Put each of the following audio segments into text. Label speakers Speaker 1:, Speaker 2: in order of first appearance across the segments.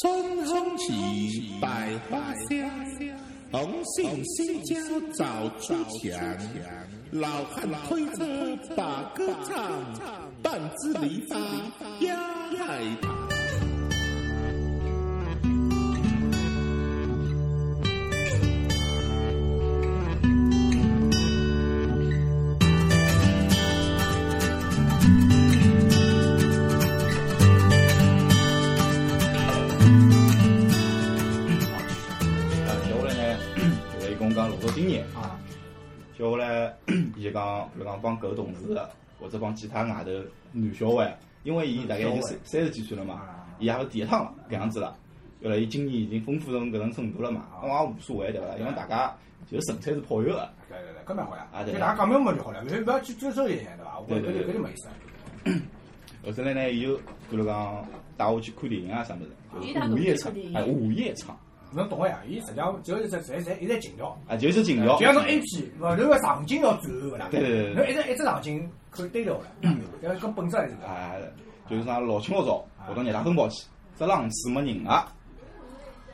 Speaker 1: 春风起，百花香，红杏新交早出墙。老汉推车把歌唱，半支梨花压海棠。
Speaker 2: 啊，接下来呢， 就是伊跟我讲骆驼经验
Speaker 3: 啊，
Speaker 2: 接下 来伊就讲，比如讲帮搿同事或者帮其他外头男小孩，因为伊大概已
Speaker 4: 嗯
Speaker 2: 经三三十几岁了嘛
Speaker 3: 啊，
Speaker 2: 伊也勿第一趟搿样子了。后来伊经验已经丰富成搿种程度了嘛，
Speaker 3: 啊
Speaker 2: 那我也无所谓对伐？因为大家就是纯粹是泡友个。
Speaker 3: 对对对，搿蛮好呀
Speaker 2: 啊，对
Speaker 3: 就大家讲明白就好了，勿要不要去追求一下，对伐？我觉得
Speaker 2: 对对
Speaker 3: 搿
Speaker 2: 对
Speaker 3: 就没意思。
Speaker 2: 后头来呢，伊就比如讲带我去看电影啊啥物事，就是
Speaker 4: 伊
Speaker 2: 看
Speaker 4: 带
Speaker 2: 午
Speaker 4: 侬
Speaker 2: 夜
Speaker 4: 去
Speaker 2: 场
Speaker 4: 看电，影
Speaker 2: 哎，午夜场
Speaker 3: 侬懂个呀？伊实际上就是这侪侪一直情调，
Speaker 2: 啊，就是情
Speaker 4: 哎
Speaker 2: 调。
Speaker 3: 就像侬 A P，勿然个场景要转换个啦。
Speaker 2: 对对对对
Speaker 3: 侬一直一只场景看单调个啦，但是搿本质还是搿样。
Speaker 2: 啊，就是啥老清老早跑到热带风暴去，只浪子没人啊，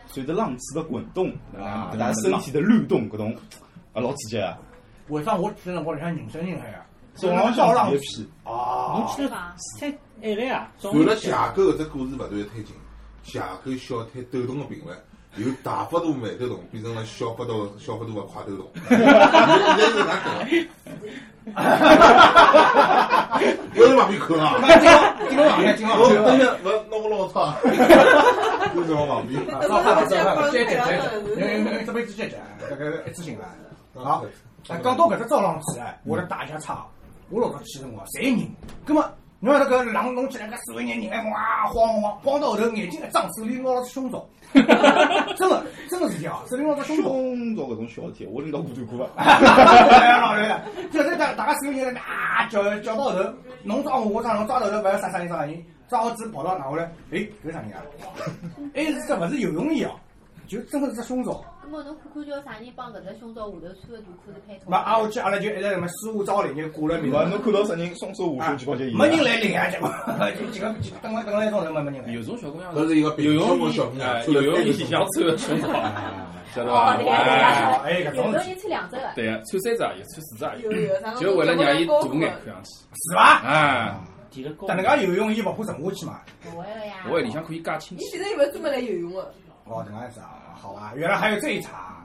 Speaker 2: 随着浪子的滚动啊，大家身体的律动，搿种啊老刺激啊！
Speaker 3: 晚上我去了，我里向人山人海啊，
Speaker 2: 早
Speaker 3: 浪
Speaker 2: 浪
Speaker 3: 早浪
Speaker 2: 一批，
Speaker 3: 啊
Speaker 5: 侬，去了吧？才晚了呀，中
Speaker 6: 随
Speaker 5: 午
Speaker 6: 了
Speaker 5: 去
Speaker 6: 斜沟搿只故事勿断地推进，斜沟小腿抖动的频率由大幅度慢抖动变成了小幅度小幅度的快抖动。现在是哪搿？我在旁边看啊，
Speaker 3: 金龙行业，金
Speaker 6: 我
Speaker 3: 龙行
Speaker 6: 等
Speaker 3: 业。
Speaker 6: 下勿弄我老操，就在我旁边。
Speaker 3: 啊好好好，谢谢谢谢，这辈子谢谢，这个一次性啊。好，啊，讲到搿只造浪子啊，我来打一下岔。我老早去的辰光，侪人，葛末侬晓得搿浪弄起来，搿所有人人哎哇晃晃，晃到后头眼睛一张，手里 拿了只胸罩，真的真的是这样，手里拿只胸罩。
Speaker 2: 胸罩搿种小天，我领导部队过 伐？
Speaker 3: 哎呀，老刘呀，就是大大家手里人啊叫叫到头，侬抓我，我抓侬，抓到头勿要啥啥人啥人，抓好子跑到哪下来？哎，搿啥人 啊？哎，是这勿是游泳衣哦，就真的是只胸罩。
Speaker 4: 那么侬看看叫啥人帮搿只胸罩下头穿个大裤子配
Speaker 3: 嘛，挨
Speaker 4: 套？
Speaker 3: 下去阿拉就一直什么师傅招领就挂了名
Speaker 2: 对伐？侬看到啥人双手
Speaker 3: 啊
Speaker 2: 下去，就光就伊
Speaker 3: 没人来领啊，结果 就几个几个等了等了一钟头嘛，没人来。
Speaker 7: 有种小姑娘
Speaker 6: 搿是一个北
Speaker 7: 游
Speaker 6: 漂
Speaker 7: 泳
Speaker 6: 的
Speaker 7: 衣
Speaker 6: 小姑，娘
Speaker 7: 哎
Speaker 6: 穿了
Speaker 7: 游泳
Speaker 6: 三
Speaker 7: 衣
Speaker 6: 个
Speaker 7: 里
Speaker 6: 钟
Speaker 7: 向穿个胸罩，
Speaker 3: 啊
Speaker 7: 晓得
Speaker 4: 哦
Speaker 7: 伐？
Speaker 4: 对
Speaker 7: 哎
Speaker 3: 哎，搿
Speaker 4: 有
Speaker 3: 种
Speaker 4: 的
Speaker 3: 事体
Speaker 4: 人穿两只个，
Speaker 7: 对个，穿三只也穿四只
Speaker 8: 有有，然
Speaker 7: 也，
Speaker 8: 后
Speaker 7: 就为了让伊大眼看上去。
Speaker 3: 是伐？
Speaker 7: 哎，
Speaker 5: 提了高。
Speaker 3: 但人家游泳衣勿怕沉下去嘛？
Speaker 4: 不会了呀。
Speaker 7: 我里向可以加亲
Speaker 8: 你
Speaker 7: 戚。
Speaker 8: 现在有没有专门来游泳的？
Speaker 3: 哦，这样子啊，好吧，原来还有这一茬。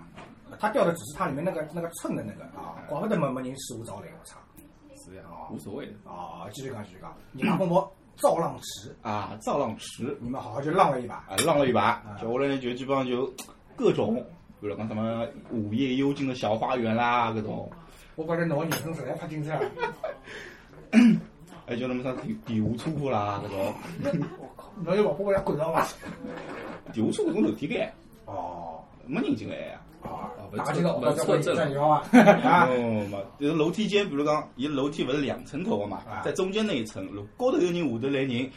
Speaker 3: 他掉的只是他里面那个那个秤的那个啊，怪不得没没人师傅招领，我操！
Speaker 7: 是呀，无所谓的。
Speaker 3: 啊，继续讲继续讲，你拿风波造浪池，
Speaker 2: 啊，造浪池
Speaker 3: 你们好好去浪了一把。
Speaker 2: 啊，浪了一把，接下来呢就基本上就各种，比如讲什么午夜幽静的小花园啦，各种。
Speaker 3: 我觉着侬人生实在太精彩了。
Speaker 2: 还哎有叫什么啥底底无车库啦，搿种
Speaker 3: 侬又勿怕被人管到伐？
Speaker 2: 底无车库搿种楼梯间
Speaker 3: 哦，
Speaker 2: 没人进来呀。
Speaker 3: 啊
Speaker 7: 啊，
Speaker 3: 大家今朝我叫
Speaker 7: 文策
Speaker 3: 转
Speaker 7: 正
Speaker 3: 腰啊！啊，
Speaker 2: 哦，嘛，就是楼梯间，比如讲，伊楼梯勿是两层头个嘛
Speaker 3: 啊，
Speaker 2: 在中间那一层，如高头有人，下头来人，鞋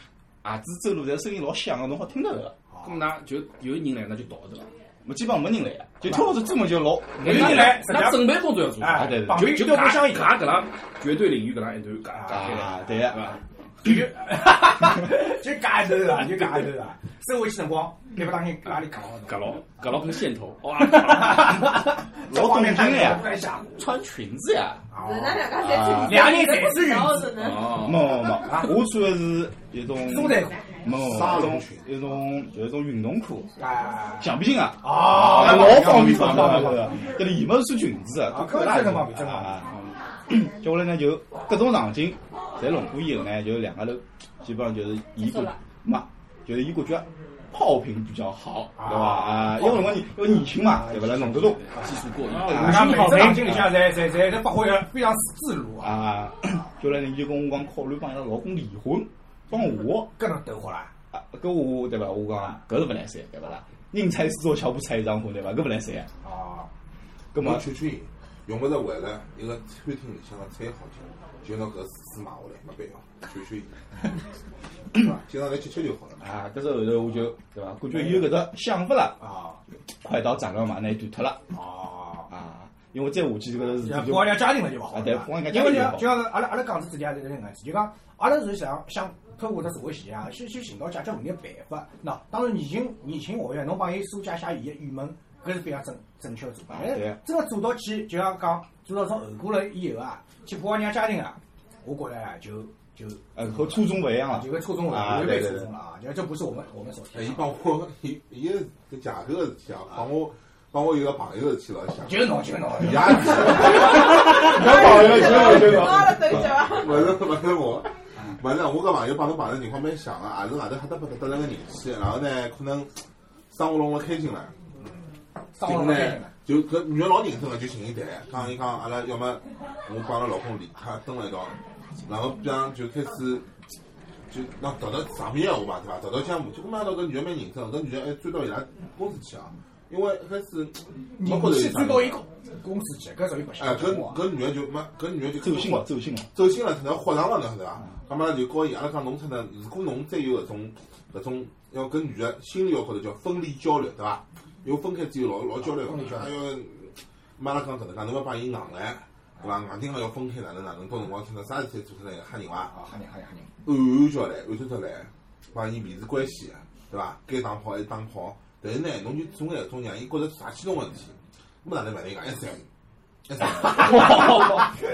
Speaker 2: 子走路，但声音老响个，侬好听得着。
Speaker 7: 那么㑚就有人来，那就倒对伐？
Speaker 2: 么基本上没人来呀，就跳是根本就老
Speaker 3: 有啊人来实际上
Speaker 7: 那准备工作要做。
Speaker 3: 哎
Speaker 2: 对对，
Speaker 3: 旁
Speaker 7: 就
Speaker 3: 边
Speaker 7: 就
Speaker 3: 就不
Speaker 7: 搿
Speaker 3: 相应，
Speaker 7: 搿搿能绝对领域搿能一段搿搿开来，
Speaker 2: 啊，对
Speaker 7: 对
Speaker 2: 呀，
Speaker 7: 伐？
Speaker 3: 就就啊就夹一头啊，就夹一头啊。收回去辰光，别不当心哪里夹好
Speaker 7: 搿
Speaker 3: 侬。
Speaker 7: 老搿老根线头，哇！
Speaker 2: 老懂经的呀，
Speaker 3: 在想，
Speaker 2: 穿裙子呀，
Speaker 8: 是
Speaker 3: 哦
Speaker 8: 那两家在
Speaker 3: 两人侪是
Speaker 8: 然后
Speaker 3: 鱼，
Speaker 8: 只能
Speaker 2: 没
Speaker 7: 哦，
Speaker 2: 没没，我穿的是一种，
Speaker 3: 啊松
Speaker 2: 没
Speaker 3: 菜裤
Speaker 2: 没一种一种就是一种运动裤，
Speaker 3: 啊。
Speaker 2: 橡皮筋啊。
Speaker 3: 哦，
Speaker 2: 老方便方
Speaker 3: 方
Speaker 2: 便
Speaker 3: 便。
Speaker 2: 了，这里没穿裙子
Speaker 3: 啊
Speaker 2: 啊，
Speaker 3: 搿真的方便真的
Speaker 2: 啊。接下来呢，就各种场景侪弄过以后呢，就两家头基本上就是一
Speaker 4: 结束
Speaker 2: 个
Speaker 4: 了
Speaker 2: 嘛，就是一个觉得炮品比较好，
Speaker 3: 啊
Speaker 2: 对伐？啊，因为辰光你因为年轻嘛，对勿啦，弄得动
Speaker 7: 技术过硬。
Speaker 3: 人家每只场景里向侪侪侪侪发挥了非常自如啊！
Speaker 2: 啊。接下来呢，伊就跟我讲考虑帮伊拉老公离婚，帮我
Speaker 3: 搿能斗好啦，
Speaker 2: 啊，搿我对伐？我讲啊搿是勿来三，对勿啦？宁拆四座桥，不拆一张婚，对伐？搿勿来三啊。
Speaker 3: 哦，
Speaker 2: 搿么
Speaker 6: 侬劝劝伊，用勿着为了一个餐厅里向个菜好吃，就拿搿书买下来，没必要。劝劝伊，是吧经常来吃吃就好了嘛。
Speaker 2: 啊，搿是后头我就对伐？感觉有搿只想法了，
Speaker 3: 哦
Speaker 2: 快到斩乱麻呢，断脱了
Speaker 3: 哦，
Speaker 2: 啊！因为再下去这个事
Speaker 3: 要
Speaker 2: 体就
Speaker 3: 光一家庭了就勿好了
Speaker 2: 啊对光一家
Speaker 3: 因为
Speaker 2: 庭就
Speaker 3: 就
Speaker 2: 好
Speaker 3: 就像是阿拉阿拉讲之之前是搿能介事，就讲阿拉是想想透过只社会现象去去寻找解决问题的办法。那当然，疫情疫情下来，侬帮伊疏解一下伊的郁闷，搿是非常正正确的做法。因
Speaker 2: 对
Speaker 3: 为真个做到去，就像讲做到种后果了以后啊，去破坏人家家庭啊，我觉得啊，就就
Speaker 2: 呃，和初中不一样了
Speaker 3: 就。跟初中
Speaker 2: 啊
Speaker 3: 了，就被
Speaker 2: 对
Speaker 3: 初
Speaker 2: 对
Speaker 3: 中了啊，就这不是我们我们所
Speaker 6: 哎，
Speaker 3: 提
Speaker 6: 伊
Speaker 3: 倡的。
Speaker 6: 帮我，伊伊个借搿个事体啊，帮我帮我有个朋友事体了，想
Speaker 3: 就是侬，就是侬，
Speaker 6: 伊也
Speaker 2: 小朋友，小朋友，
Speaker 8: 拉了等一下吧。
Speaker 6: 勿是勿是我，勿是我搿朋友帮侬朋友情况蛮像个，也是外头黑搭黑搭了个人气，然后呢，可能生活弄了开心了。
Speaker 3: 上
Speaker 6: 结
Speaker 3: 网了
Speaker 6: 果呢
Speaker 3: 开心了，
Speaker 6: 就搿女个老认真个，就寻伊谈，讲伊讲阿拉要么我帮阿拉老公离开蹲辣一道，然后比方就开始就那道道上面闲话吧，对伐？道道江湖，结果没想到搿女个蛮认真，搿女个还追到伊拉公司去啊，因为开始没觉
Speaker 3: 人气
Speaker 6: 着有
Speaker 3: 最
Speaker 6: 啥
Speaker 3: 高一个公司去，搿属于不行
Speaker 6: 哎，搿
Speaker 3: 的话。
Speaker 6: 搿女个就没，搿女个就
Speaker 2: 走心了，走心了。
Speaker 6: 走心了，可能豁上了呢，对伐？那么就告伊阿拉讲，侬可能如果侬再有搿种搿种要跟女的心理学高头叫分离焦虑，对伐？有分开之后老老焦虑，哎哟，妈拉讲搿能介，侬要帮伊硬来，对伐？硬顶了要分开哪能哪能？到辰光可能啥事体做出来吓人伐？
Speaker 3: 啊，吓人吓人吓人！
Speaker 6: 暗暗叫来，暗搓搓来，帮伊维持关系，啊对伐？该打炮还是打炮，但是呢，侬就总有一种让伊觉着啥激动个事体，那么哪能办呢？讲一三一三。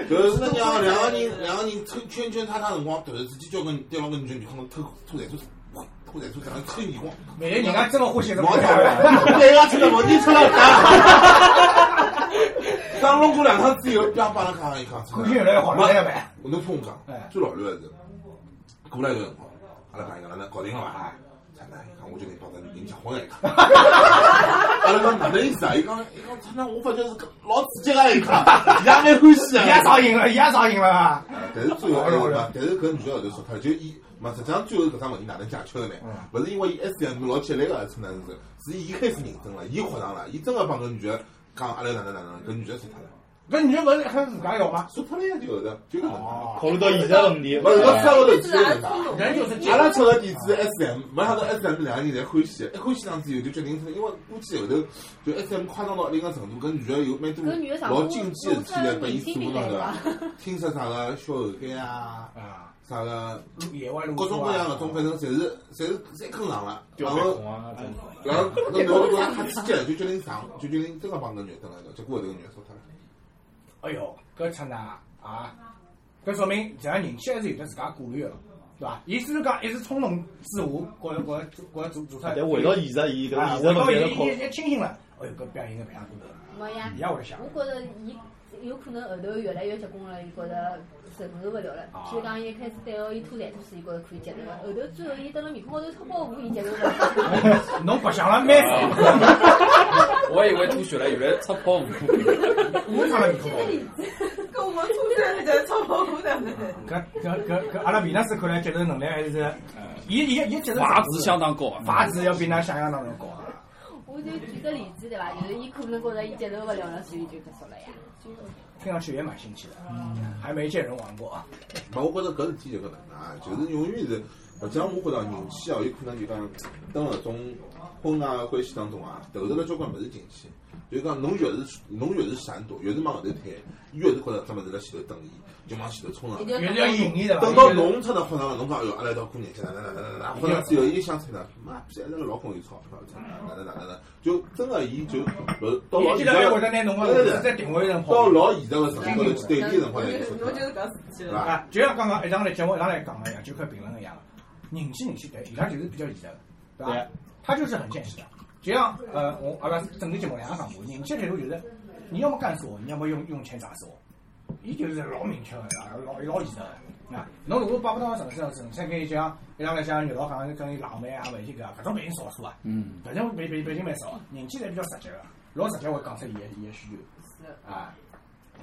Speaker 6: 就是那娘两个人两个人抽圈圈叉叉辰光，突然之间叫个对方个女的，你看到偷偷在车，偷在车，然后抽耳光，
Speaker 3: 万一人家真的欢喜这
Speaker 6: 毛
Speaker 3: 种
Speaker 6: 条，对个车的问题出了啥？刚弄过两趟之后，不要帮他看一看，
Speaker 3: 估计越来越好了，要不然
Speaker 6: 我能碰上，最老卵的是，过来一段辰光，阿拉讲一个，哪能搞定了伐？他呢，伊讲我就跟你帮咱人结婚了，伊讲。阿拉讲哪能意思啊？伊讲，伊讲，他那我发觉是个老刺激啊！伊讲，伊也蛮欢喜啊。
Speaker 3: 伊也上瘾了，伊也上瘾了啊！
Speaker 6: 但是最后还是嘛，但是搿女的后头说脱了，就伊，嘛实际上最后搿桩问题哪能解决的呢？勿是因为伊 S M 老激烈个出哪能是，是伊开始认真了，伊豁上了，伊真个帮搿女的讲阿拉哪能哪能，搿女的说脱了，
Speaker 3: 搿女的勿是还自家要吗？
Speaker 6: 说脱了呀就后头，就搿能介。
Speaker 2: 考虑到现在问题，
Speaker 6: 勿是我
Speaker 2: 哎
Speaker 6: 出了头去搿能介。
Speaker 3: 人就是
Speaker 6: 阿拉出个地址 S M，没想到 S M 两个人侪欢喜，一欢喜上之后就决定脱，因为估计后头就 S M 夸张到一定个程度，搿女的有蛮多
Speaker 4: 搿女的上
Speaker 6: 老
Speaker 4: 过
Speaker 6: 禁忌个事体来拨伊做
Speaker 4: 过
Speaker 6: 到
Speaker 4: 山
Speaker 6: 对伐
Speaker 4: 车？
Speaker 6: 听说啥个小后盖啊，
Speaker 3: 啊，
Speaker 6: 啥个。
Speaker 3: 野外露啊
Speaker 6: 各种各样的种，反正侪是侪是侪坑上了，然
Speaker 7: 吊
Speaker 6: 后
Speaker 7: 面孔啊，
Speaker 6: 然后那女的觉着太刺激了，就决定上，就决定真的帮搿女的蹲了一道，结果后头搿女的说脱了，
Speaker 3: 哎哟，搿出呐啊！搿说明这样人气还是有得自家顾虑的，对伐？伊只是讲一时冲动之下，觉着觉着觉着做做出来，
Speaker 2: 但回到现实，伊搿
Speaker 3: 啊，
Speaker 2: 个现实
Speaker 3: 回到
Speaker 2: 问
Speaker 3: 伊
Speaker 2: 题是
Speaker 3: 伊
Speaker 2: 考，
Speaker 3: 伊清醒了，哎哟，搿表现应该白相过头，
Speaker 4: 没呀
Speaker 3: 伊，也会得想，
Speaker 4: 我觉着伊有可能后头越来越结棍了，伊觉着承受不了了。就讲一开始 E 对后伊拖累拖死，伊觉着可以接受了。后头最后伊蹲辣面孔高头擦包糊，伊接受不了。
Speaker 3: 侬白相了蛮爽，
Speaker 7: 我以为吐血了，原来擦泡芙。
Speaker 3: 我唱了面孔。
Speaker 8: 跟我们初中的差不多的。
Speaker 3: 搿搿搿搿，阿拉维纳斯看来接受能力还是，伊伊伊接受
Speaker 7: 阀值相当高啊，
Speaker 3: 法子要比㑚想象当中高啊。
Speaker 4: 我就举个例子对伐？就是伊可能觉着伊接受不了了，所以就结束了呀。
Speaker 3: 听上去也蛮新奇的，还没见人玩过。啊
Speaker 6: 没，我觉着搿事体就搿能介，就是永远是，实际上我觉着人气哦，有可能就讲蹲辣种婚外关系当中啊，投入了交关物事进去，就是讲侬越是侬越是闪躲，越是往后头退，伊越是觉着搿物事辣前头等伊，就往前头冲上
Speaker 4: 伊
Speaker 6: 去。
Speaker 4: 就
Speaker 3: 有点隐匿的吧？
Speaker 6: 等到侬出来混上了，侬讲哎哟，阿拉一道过日节，哪哪哪哪哪，混上之后，伊就想出来，妈逼，阿拉个老公有钞票，哪哪哪哪哪，就真个伊就呃到老
Speaker 3: 年纪
Speaker 6: 现
Speaker 3: 大
Speaker 6: 在
Speaker 3: 了，会得拿侬个
Speaker 6: 对
Speaker 3: 是再定位成
Speaker 6: 到
Speaker 3: 跑。
Speaker 6: 老现在个辰光高头去对比个辰
Speaker 8: 我
Speaker 6: 光
Speaker 8: 就
Speaker 6: 来
Speaker 8: 是
Speaker 6: 说，
Speaker 8: 我就是搿事体
Speaker 6: 对
Speaker 8: 了。
Speaker 6: 伐？
Speaker 3: 啊，就像刚刚一上来节目一上来讲个呀，就看评论个一样了，人气人气对，伊拉就是比较现实的，对
Speaker 2: 对
Speaker 3: 吧？他就是很现实的。就像呃，我阿拉整个节目两样讲过，人气的态度就是，你要么干死我，你要么用用钱砸死我。伊就是老明确的，老老现实的。啊，侬如果帮不到城市，城市跟伊讲，一上来讲月老讲跟伊浪漫啊，勿一个搿种毕竟少数啊。
Speaker 7: 嗯，
Speaker 3: 反正北北北京蛮少，人气侪比较实际个，老实际会讲出伊个伊个需
Speaker 8: 是
Speaker 3: 求啊。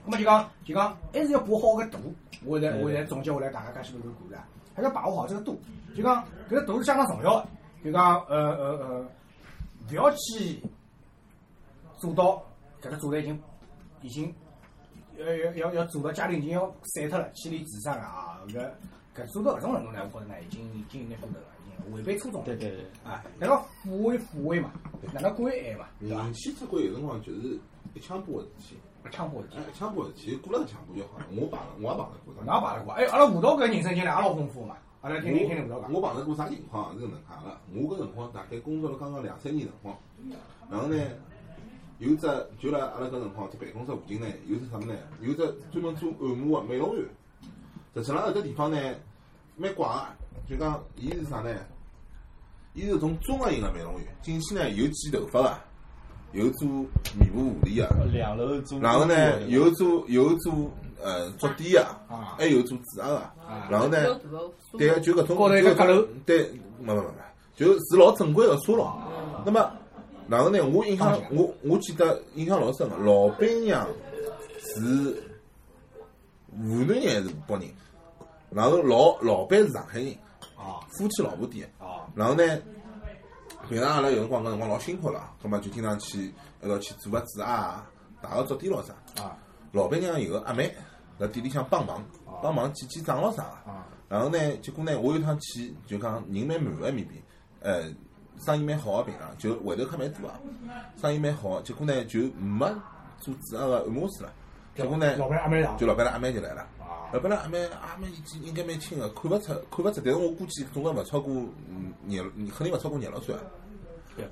Speaker 3: 那么就讲就讲，还是要把好个度。我来我来总结下来，大家介许多个故事啊，还是要把握好这个度。就讲搿个度是相当重要的。就讲呃呃呃，不要去做到搿个做得已经已经要要要要做到家庭已经要散脱了，妻离子散了啊！搿搿做到搿种程度呢，我觉着呢已经已经有眼过头了，已经违背初衷了。
Speaker 2: 对对对，
Speaker 3: 啊，那个抚慰抚慰嘛，哪能关爱嘛，对伐
Speaker 6: 人？气出轨有辰光就是一腔波个事体，
Speaker 3: 不唱歌
Speaker 6: 哎，一腔 波个事体过了一腔波就好了。我碰了，我也碰着过。
Speaker 3: 哪办得过？哎，阿拉舞蹈搿人生经历也老丰富嘛，阿拉听听听侬
Speaker 6: 我碰着过啥情况啊？是搿能介个，我搿辰光大概工作了刚刚两三年辰光，然后呢，有只就辣阿拉搿辰光，只办公室附近呢，有只啥物事呢？有只专门做按摩个美容院。实际上搿地方呢，蛮怪个，就讲伊是啥呢？伊是种综合型个美容院，进去呢有剪头发个，有做面部护理个，啊
Speaker 2: 两楼中，
Speaker 6: 然后呢
Speaker 3: 嗯
Speaker 6: 有做有做呃足底个，
Speaker 3: 啊
Speaker 6: 还哎有做指甲个，啊然后呢。对个，就搿种
Speaker 3: 高啊头一个
Speaker 6: 就搿种
Speaker 3: 阁楼
Speaker 6: 对，没没没没，就是老正规个沙龙。
Speaker 3: 嗯
Speaker 6: 那么，然后呢，我印象我我记得印象老深个，老板娘是湖南人还是湖北人？然后老老板是上海人，
Speaker 3: 啊
Speaker 6: 夫妻老婆店。
Speaker 3: 啊
Speaker 6: 然后呢，平常阿拉有辰光搿辰光老辛苦了，葛末就经常去一道去做个指甲啊，汏个足底咾啥。
Speaker 3: 啊
Speaker 6: 老板娘有个阿妹辣店里向帮忙，帮忙剪剪账咾啥个。
Speaker 3: 啊
Speaker 6: 然后呢，结果呢，我有趟去，就讲人蛮满个面边，呃，生意蛮好个平常，就回头客蛮多啊，生意蛮好。结果呢，就没做指甲个按摩师了。结果呢，
Speaker 3: 老板阿妹啊
Speaker 6: 就老板的阿妹就来了。
Speaker 3: 啊
Speaker 6: 老板的阿妹阿妹年纪应该蛮轻啊个，看勿出看勿出，但是我估计总归勿超过嗯廿，肯定勿超过廿六岁啊。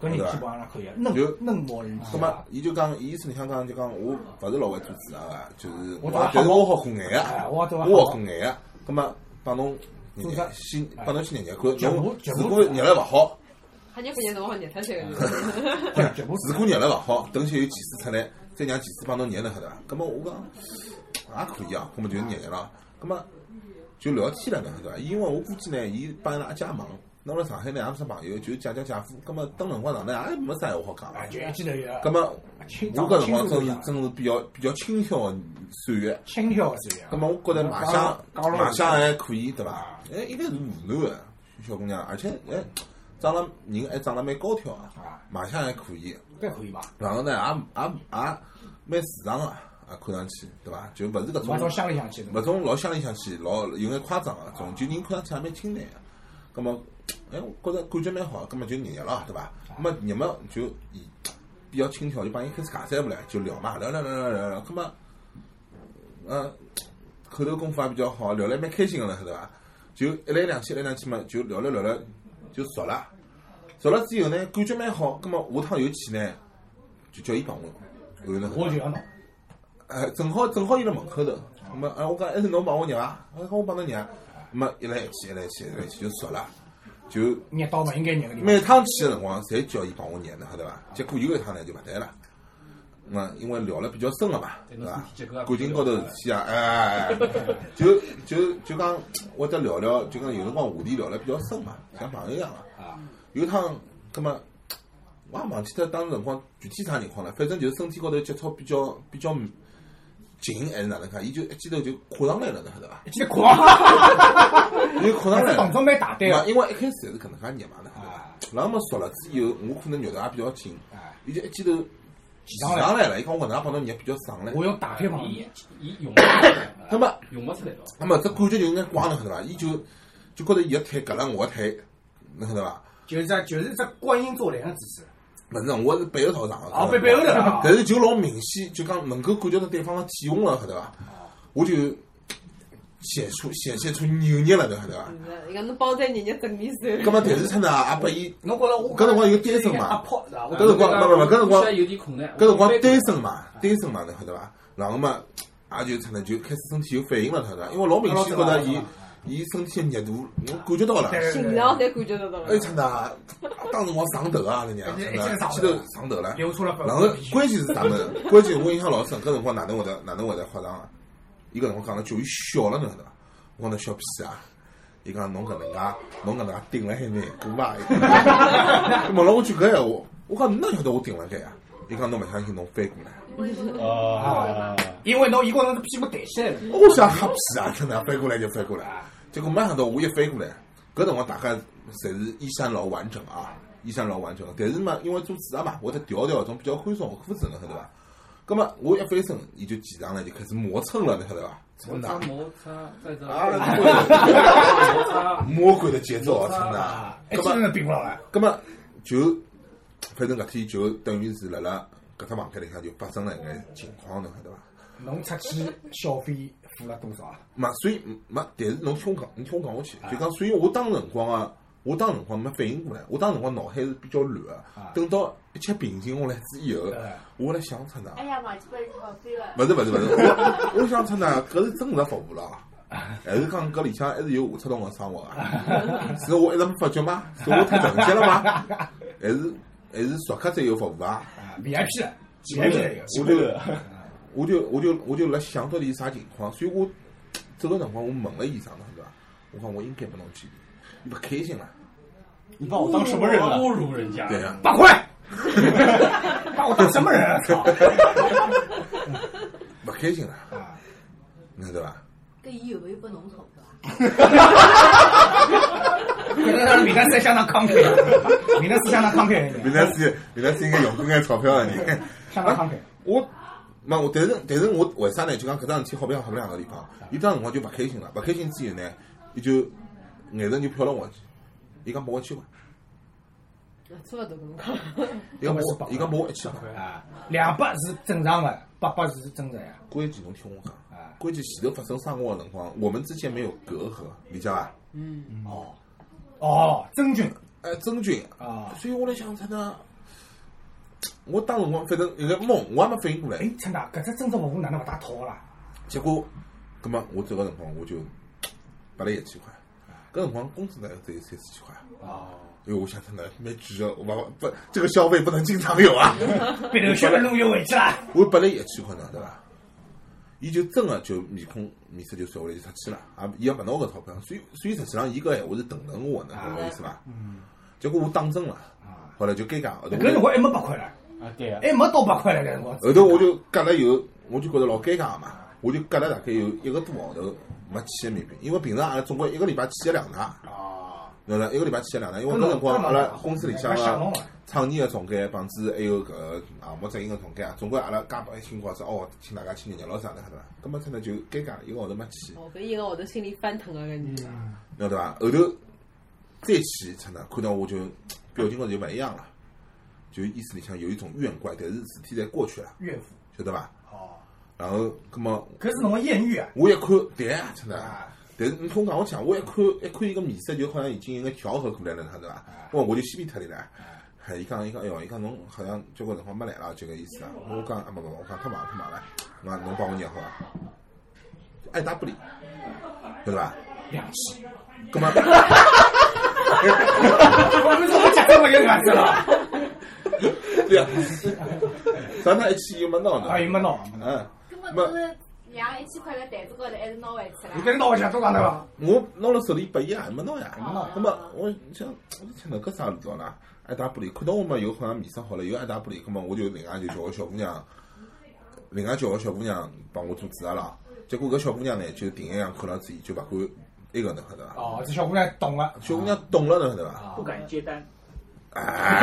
Speaker 3: 搿人基本上可以，嫩
Speaker 6: 就
Speaker 3: 嫩模人啊气
Speaker 6: 葛末伊就讲，伊意思里向讲就讲，我勿是老会做指甲个，啊就是
Speaker 3: 我
Speaker 6: 但
Speaker 3: 只
Speaker 6: 是
Speaker 3: 好
Speaker 6: 我好过眼
Speaker 3: 哎
Speaker 6: 个，
Speaker 3: 我只好
Speaker 6: 我好过眼个。葛末帮侬
Speaker 3: 做只
Speaker 6: 先
Speaker 3: 哎
Speaker 6: 帮侬去捏捏看，
Speaker 3: 脚
Speaker 6: 侬
Speaker 3: 步脚
Speaker 6: 如
Speaker 3: 步
Speaker 6: 果捏了勿好，
Speaker 8: 喊人不认侬，我认出去个。
Speaker 3: 全部
Speaker 6: 如果捏了勿好，等歇有技师出来，再让技师帮侬捏捏吓对伐？葛末我讲也可以啊，葛末就捏捏了。葛末就聊天了呢，对伐？因为我估计呢，伊帮伊拉阿姐忙，那么上海呢也没啥朋友，就姐姐姐夫，葛末等辰光长了也没啥闲话好讲
Speaker 3: 啊
Speaker 6: 了。
Speaker 3: 就一记头有
Speaker 6: 葛末
Speaker 3: 清
Speaker 6: 我搿辰光
Speaker 3: 清
Speaker 6: 真是
Speaker 3: 楚的
Speaker 6: 真是比较比较轻佻个岁月。
Speaker 3: 轻佻个岁月
Speaker 6: 葛末我觉着卖相
Speaker 3: 讲了
Speaker 6: 卖相还可以，对伐？哎，应该是湖南个小姑娘，而且哎长了人还长了蛮高挑啊
Speaker 3: 啊，
Speaker 6: 卖相还可以。
Speaker 3: 搿可以伐？
Speaker 6: 然后呢，也也也蛮时尚个，也看上啊去对伐？就勿是搿
Speaker 3: 我到
Speaker 6: 种
Speaker 3: 乡里向去的，
Speaker 6: 勿种老乡里向去，老有眼夸张个啊种，就人看上去也蛮清淡个。葛末，啊哎，我觉着感觉蛮好，葛末就热热了，对伐？葛末热么就以比较轻佻，就帮伊开始尬三胡来，就聊嘛，聊聊聊聊聊聊，葛末，嗯，口头功夫也比较好，聊来蛮开心个了，对伐？就一来两去，一来两去嘛，就聊了聊了，就熟了。熟了之后呢，感觉蛮好，葛末下趟有去呢，就叫伊帮我，后头
Speaker 3: 我就要弄，
Speaker 6: 哎，正好正好伊辣门口头，咁么哎，我讲还是侬帮我捏伐？我讲我帮侬捏，咁么一来一去，一来一去，一来一去就熟了，就
Speaker 3: 捏到勿应该捏个地方，
Speaker 6: 每趟去个辰光，侪叫伊帮我捏，侬晓得伐？结果有一趟呢就勿对了，嗯，因为聊了比较深了嘛，对伐？感情高头事体啊，哎哎，哎哎就就就讲我得聊聊，就讲有辰光话题聊了比较深嘛，像朋友一样个。啊，有趟，葛么我也忘记脱当时辰光具体啥情况了，反正就是身体高头接触比较比较近，还是哪能介，伊就一记头就跨上来了，侬晓得伐？
Speaker 3: 记得狂，
Speaker 6: 伊就跨上
Speaker 3: 这
Speaker 6: 来了
Speaker 3: 动。作蛮大胆
Speaker 6: 嘛，
Speaker 3: 个，
Speaker 6: 因为一开始侪是搿能介捏嘛，侬晓得伐？
Speaker 3: 啊
Speaker 6: 然后么熟了之后，我可能肉头也比较紧
Speaker 3: 哎，
Speaker 6: 伊就一记头
Speaker 3: 骑
Speaker 6: 上
Speaker 3: 上来，
Speaker 6: 来了，伊讲我搿能介帮侬捏比较爽嘞。
Speaker 3: 我用大腿帮伊，
Speaker 7: 伊用勿
Speaker 3: 啊
Speaker 7: 出来，
Speaker 6: 那么，
Speaker 7: 用勿出来了。
Speaker 6: 那啊么这感觉就有眼怪侬晓得伐？伊就就觉着伊个腿夹了我个腿，侬晓得伐？
Speaker 3: 就是这就是这观音坐莲个姿势，
Speaker 6: 勿是，啊我是背后朝上的。
Speaker 3: 哦，背背后头了啊
Speaker 6: 但是就老明显，就讲能够感觉到对方的体温了，晓得伐？我就显出显现出扭捏了，侬晓得伐？
Speaker 8: 人家侬帮我再捏捏整理
Speaker 6: 那
Speaker 8: 手。
Speaker 6: 么但是出呢，也拨伊
Speaker 3: 侬觉着我哎
Speaker 6: 搿辰光有单身嘛
Speaker 3: 阿炮是吧？我
Speaker 6: 搿辰光勿勿勿搿辰光
Speaker 7: 现在有点困难。
Speaker 6: 搿辰光单身嘛，单身嘛，侬晓得伐？然后嘛，也就出来就开始身体有反应了，晓得伐？因为老明显觉得伊伊身体的热度，我感觉到了。
Speaker 3: 对
Speaker 8: 心脏侪感觉得到了
Speaker 6: 哎，。真的啊，当时我上头啊，人家真的一记头上头啊了。
Speaker 3: 流出了粉
Speaker 6: 然后
Speaker 3: 红的皮屑
Speaker 6: 关键是啥么？ 关键我印象老深，搿辰光哪能会得哪能会得发生啊？伊搿辰光讲了句，伊笑了，侬晓得伐？我讲侬笑屁啊！伊讲侬搿能介，侬搿能介顶了海难过 伐？伊问了我句搿闲话，我讲侬哪晓得我顶了海啊？伊讲侬勿相信侬翻过来，
Speaker 2: 啊，
Speaker 3: 因为侬伊觉着侬屁股抬起来了，
Speaker 6: 我想吓屁啊！真的翻过来就翻过来，结果没想到我一翻过来，搿辰光大家侪是衣衫老完整啊，衣衫老完整。但是嘛，因为做指甲嘛，我得调调种比较宽松的裤子，侬晓得伐？葛末我一翻身，伊就骑上来就开始磨蹭了，侬晓得伐？
Speaker 7: 摩
Speaker 6: 蹭
Speaker 7: 擦
Speaker 6: 哪？
Speaker 7: 摩擦，在这
Speaker 6: 啊，
Speaker 7: 摩擦，
Speaker 6: 魔鬼的 节奏啊，蹭哪？
Speaker 3: 哎，
Speaker 6: 葛
Speaker 3: 真
Speaker 6: 末
Speaker 3: 的并不牢了，
Speaker 6: 葛末就，反正搿天就等于是辣辣搿只房间里向就发生了一眼情况，侬晓得伐？
Speaker 3: 侬出去消费付了多少啊？
Speaker 6: 嘛，所以嘛，但是侬听我讲，侬听我讲下去，就讲，所以我当辰光啊，我当辰光没反应过来，我当辰光脑海是比较乱的
Speaker 3: 啊。
Speaker 6: 等到一切平静下来之以后，我来想出呢，
Speaker 9: 哎呀，忘记拨伊钞票了。
Speaker 6: 勿是勿是勿是，我我想出呢，搿是真实服务了。还是讲搿里向还是有下出动的生活啊？是我一直没发觉吗？是我太纯洁了吗？还是还是熟客才有服务啊？
Speaker 3: 啊，VIP 了
Speaker 2: 我
Speaker 3: ，VIP
Speaker 2: 就
Speaker 3: 了有。
Speaker 2: 我就
Speaker 6: 我就我就我就辣想到底是啥情况，所以我走个辰光我问了伊啥能对伐？我讲我应该拨侬去，伊不开心了。
Speaker 2: 你把我当什么人
Speaker 6: 啊
Speaker 2: 了？
Speaker 7: 侮辱人家，
Speaker 6: 对呀、
Speaker 3: 八 块，把我当什么人啊？操！
Speaker 6: 不开心了，
Speaker 3: 啊，
Speaker 6: 侬晓得伐？
Speaker 4: 搿伊有没有拨侬钞票啊？
Speaker 3: 搿个让明天再相当 慷慨，明天是相当慷慨的
Speaker 6: 原
Speaker 3: 人，
Speaker 6: 来是原来是应该用过眼钞票的人。
Speaker 3: 相当慷慨。
Speaker 6: 我，嘛我，但是但是我为啥呢？就讲搿桩事体好白相好白相个地方，伊当辰光就勿开心了，勿开心之后呢，伊就眼神就瞟了我一记，伊讲拨我一千块，
Speaker 8: 差勿多搿种。
Speaker 6: 伊讲拨我，伊讲拨我一千块。
Speaker 3: 啊，两百是正常的，八百是真的呀。
Speaker 6: 关键侬听我讲
Speaker 3: 啊，
Speaker 6: 关键前头发生生活的辰光，我们之间没有隔阂，理解伐？
Speaker 3: 哦，哦，真菌
Speaker 6: 哎，真菌
Speaker 3: 啊！
Speaker 6: 所以我来想出呢，我当辰光反正有个懵，我还没反应过来
Speaker 3: 哎。，陈大，搿只真实服务哪能勿大套 啦？
Speaker 6: 结果，葛么我走个辰光我就拨了一千块，搿辰光工资呢只有三四千块。
Speaker 3: 哦，
Speaker 6: 因为哎我想真的蛮贵的，我勿不这个消费不能经常 有啊。
Speaker 3: 别头小越弄越回去啦。
Speaker 6: 我拨了伊一千块呢，对伐？伊就真个就面孔面色就甩下来就出去了，啊，伊也勿拿我搿钞票，所以所以实际上伊搿闲话是等等我的，侬懂我意思
Speaker 3: 啊
Speaker 6: 伐？嗯。结果我当真了，后来就尴尬，后头
Speaker 3: 搿辰
Speaker 6: 我
Speaker 3: 光还没八块了，
Speaker 2: 啊，对啊，
Speaker 3: 还哎没到八块了，搿辰光。
Speaker 6: 后头我就隔了有，我就觉着老尴尬嘛，我就隔了大概有一个多号头没去面饼，因为平常阿拉总归一个礼拜去一两趟，
Speaker 3: 哦，
Speaker 6: 侬知道伐一个礼拜去一两趟，因为搿辰光阿拉公司里向
Speaker 3: 想
Speaker 6: 个
Speaker 3: 侬啊，
Speaker 6: 创意个总监，帮子还有搿个项目执行个总监啊，总归阿拉加班辛苦啊，说哦，请大家去热闹啥的，对伐？葛末真的就尴尬了，一个号头没去，
Speaker 8: 哦，搿一个号头心里翻腾啊，感觉。
Speaker 6: 侬对伐？后头再去真的看到我就表情高头就勿一样了，就意思里向有一种怨怪，但是事体侪过去了，
Speaker 3: 岳父。
Speaker 6: 晓得伐？
Speaker 3: 哦，
Speaker 6: 然后葛末
Speaker 3: 搿是侬个艳遇啊！
Speaker 6: 我一看，对啊，真的。
Speaker 3: 啊，
Speaker 6: 但是你听我讲，我想我一看一看伊个面色，就好像已经应该调和过来了，他对伐？我我就欺骗脱你了。哎，伊讲伊讲，哎哟，伊讲侬好像交关辰光没来了，就搿意思啊。我讲啊，没没，我讲太忙太忙了，我讲侬帮我念好伐？爱答不理，晓得伐？
Speaker 3: 两 期。
Speaker 6: 葛么，
Speaker 3: 哎我们说我讲这么有感觉了，
Speaker 6: 对啊，咱那一起又没闹呢。
Speaker 3: 哎，又没闹，
Speaker 6: 嗯，
Speaker 9: 搿么都是两一千块辣台子高头，还是拿回去
Speaker 3: 你
Speaker 9: 了？
Speaker 3: 搿闹下多少了？
Speaker 6: 我拿了手里拨伊啊，没闹呀。
Speaker 9: 哦
Speaker 6: 那么我想，我就想到搿啥味道啦？爱搭不理，看到我嘛，有好像面色好了，有爱搭不理，葛么我就另外就叫个小姑娘，另外叫个小姑娘帮我做指甲了。结果搿小姑娘呢，就定一样看牢自己，就勿敢那个侬晓得伐？
Speaker 3: 哦，这小姑娘懂了，
Speaker 6: 小姑娘懂了侬晓得伐？
Speaker 5: 不敢接单，
Speaker 6: 啊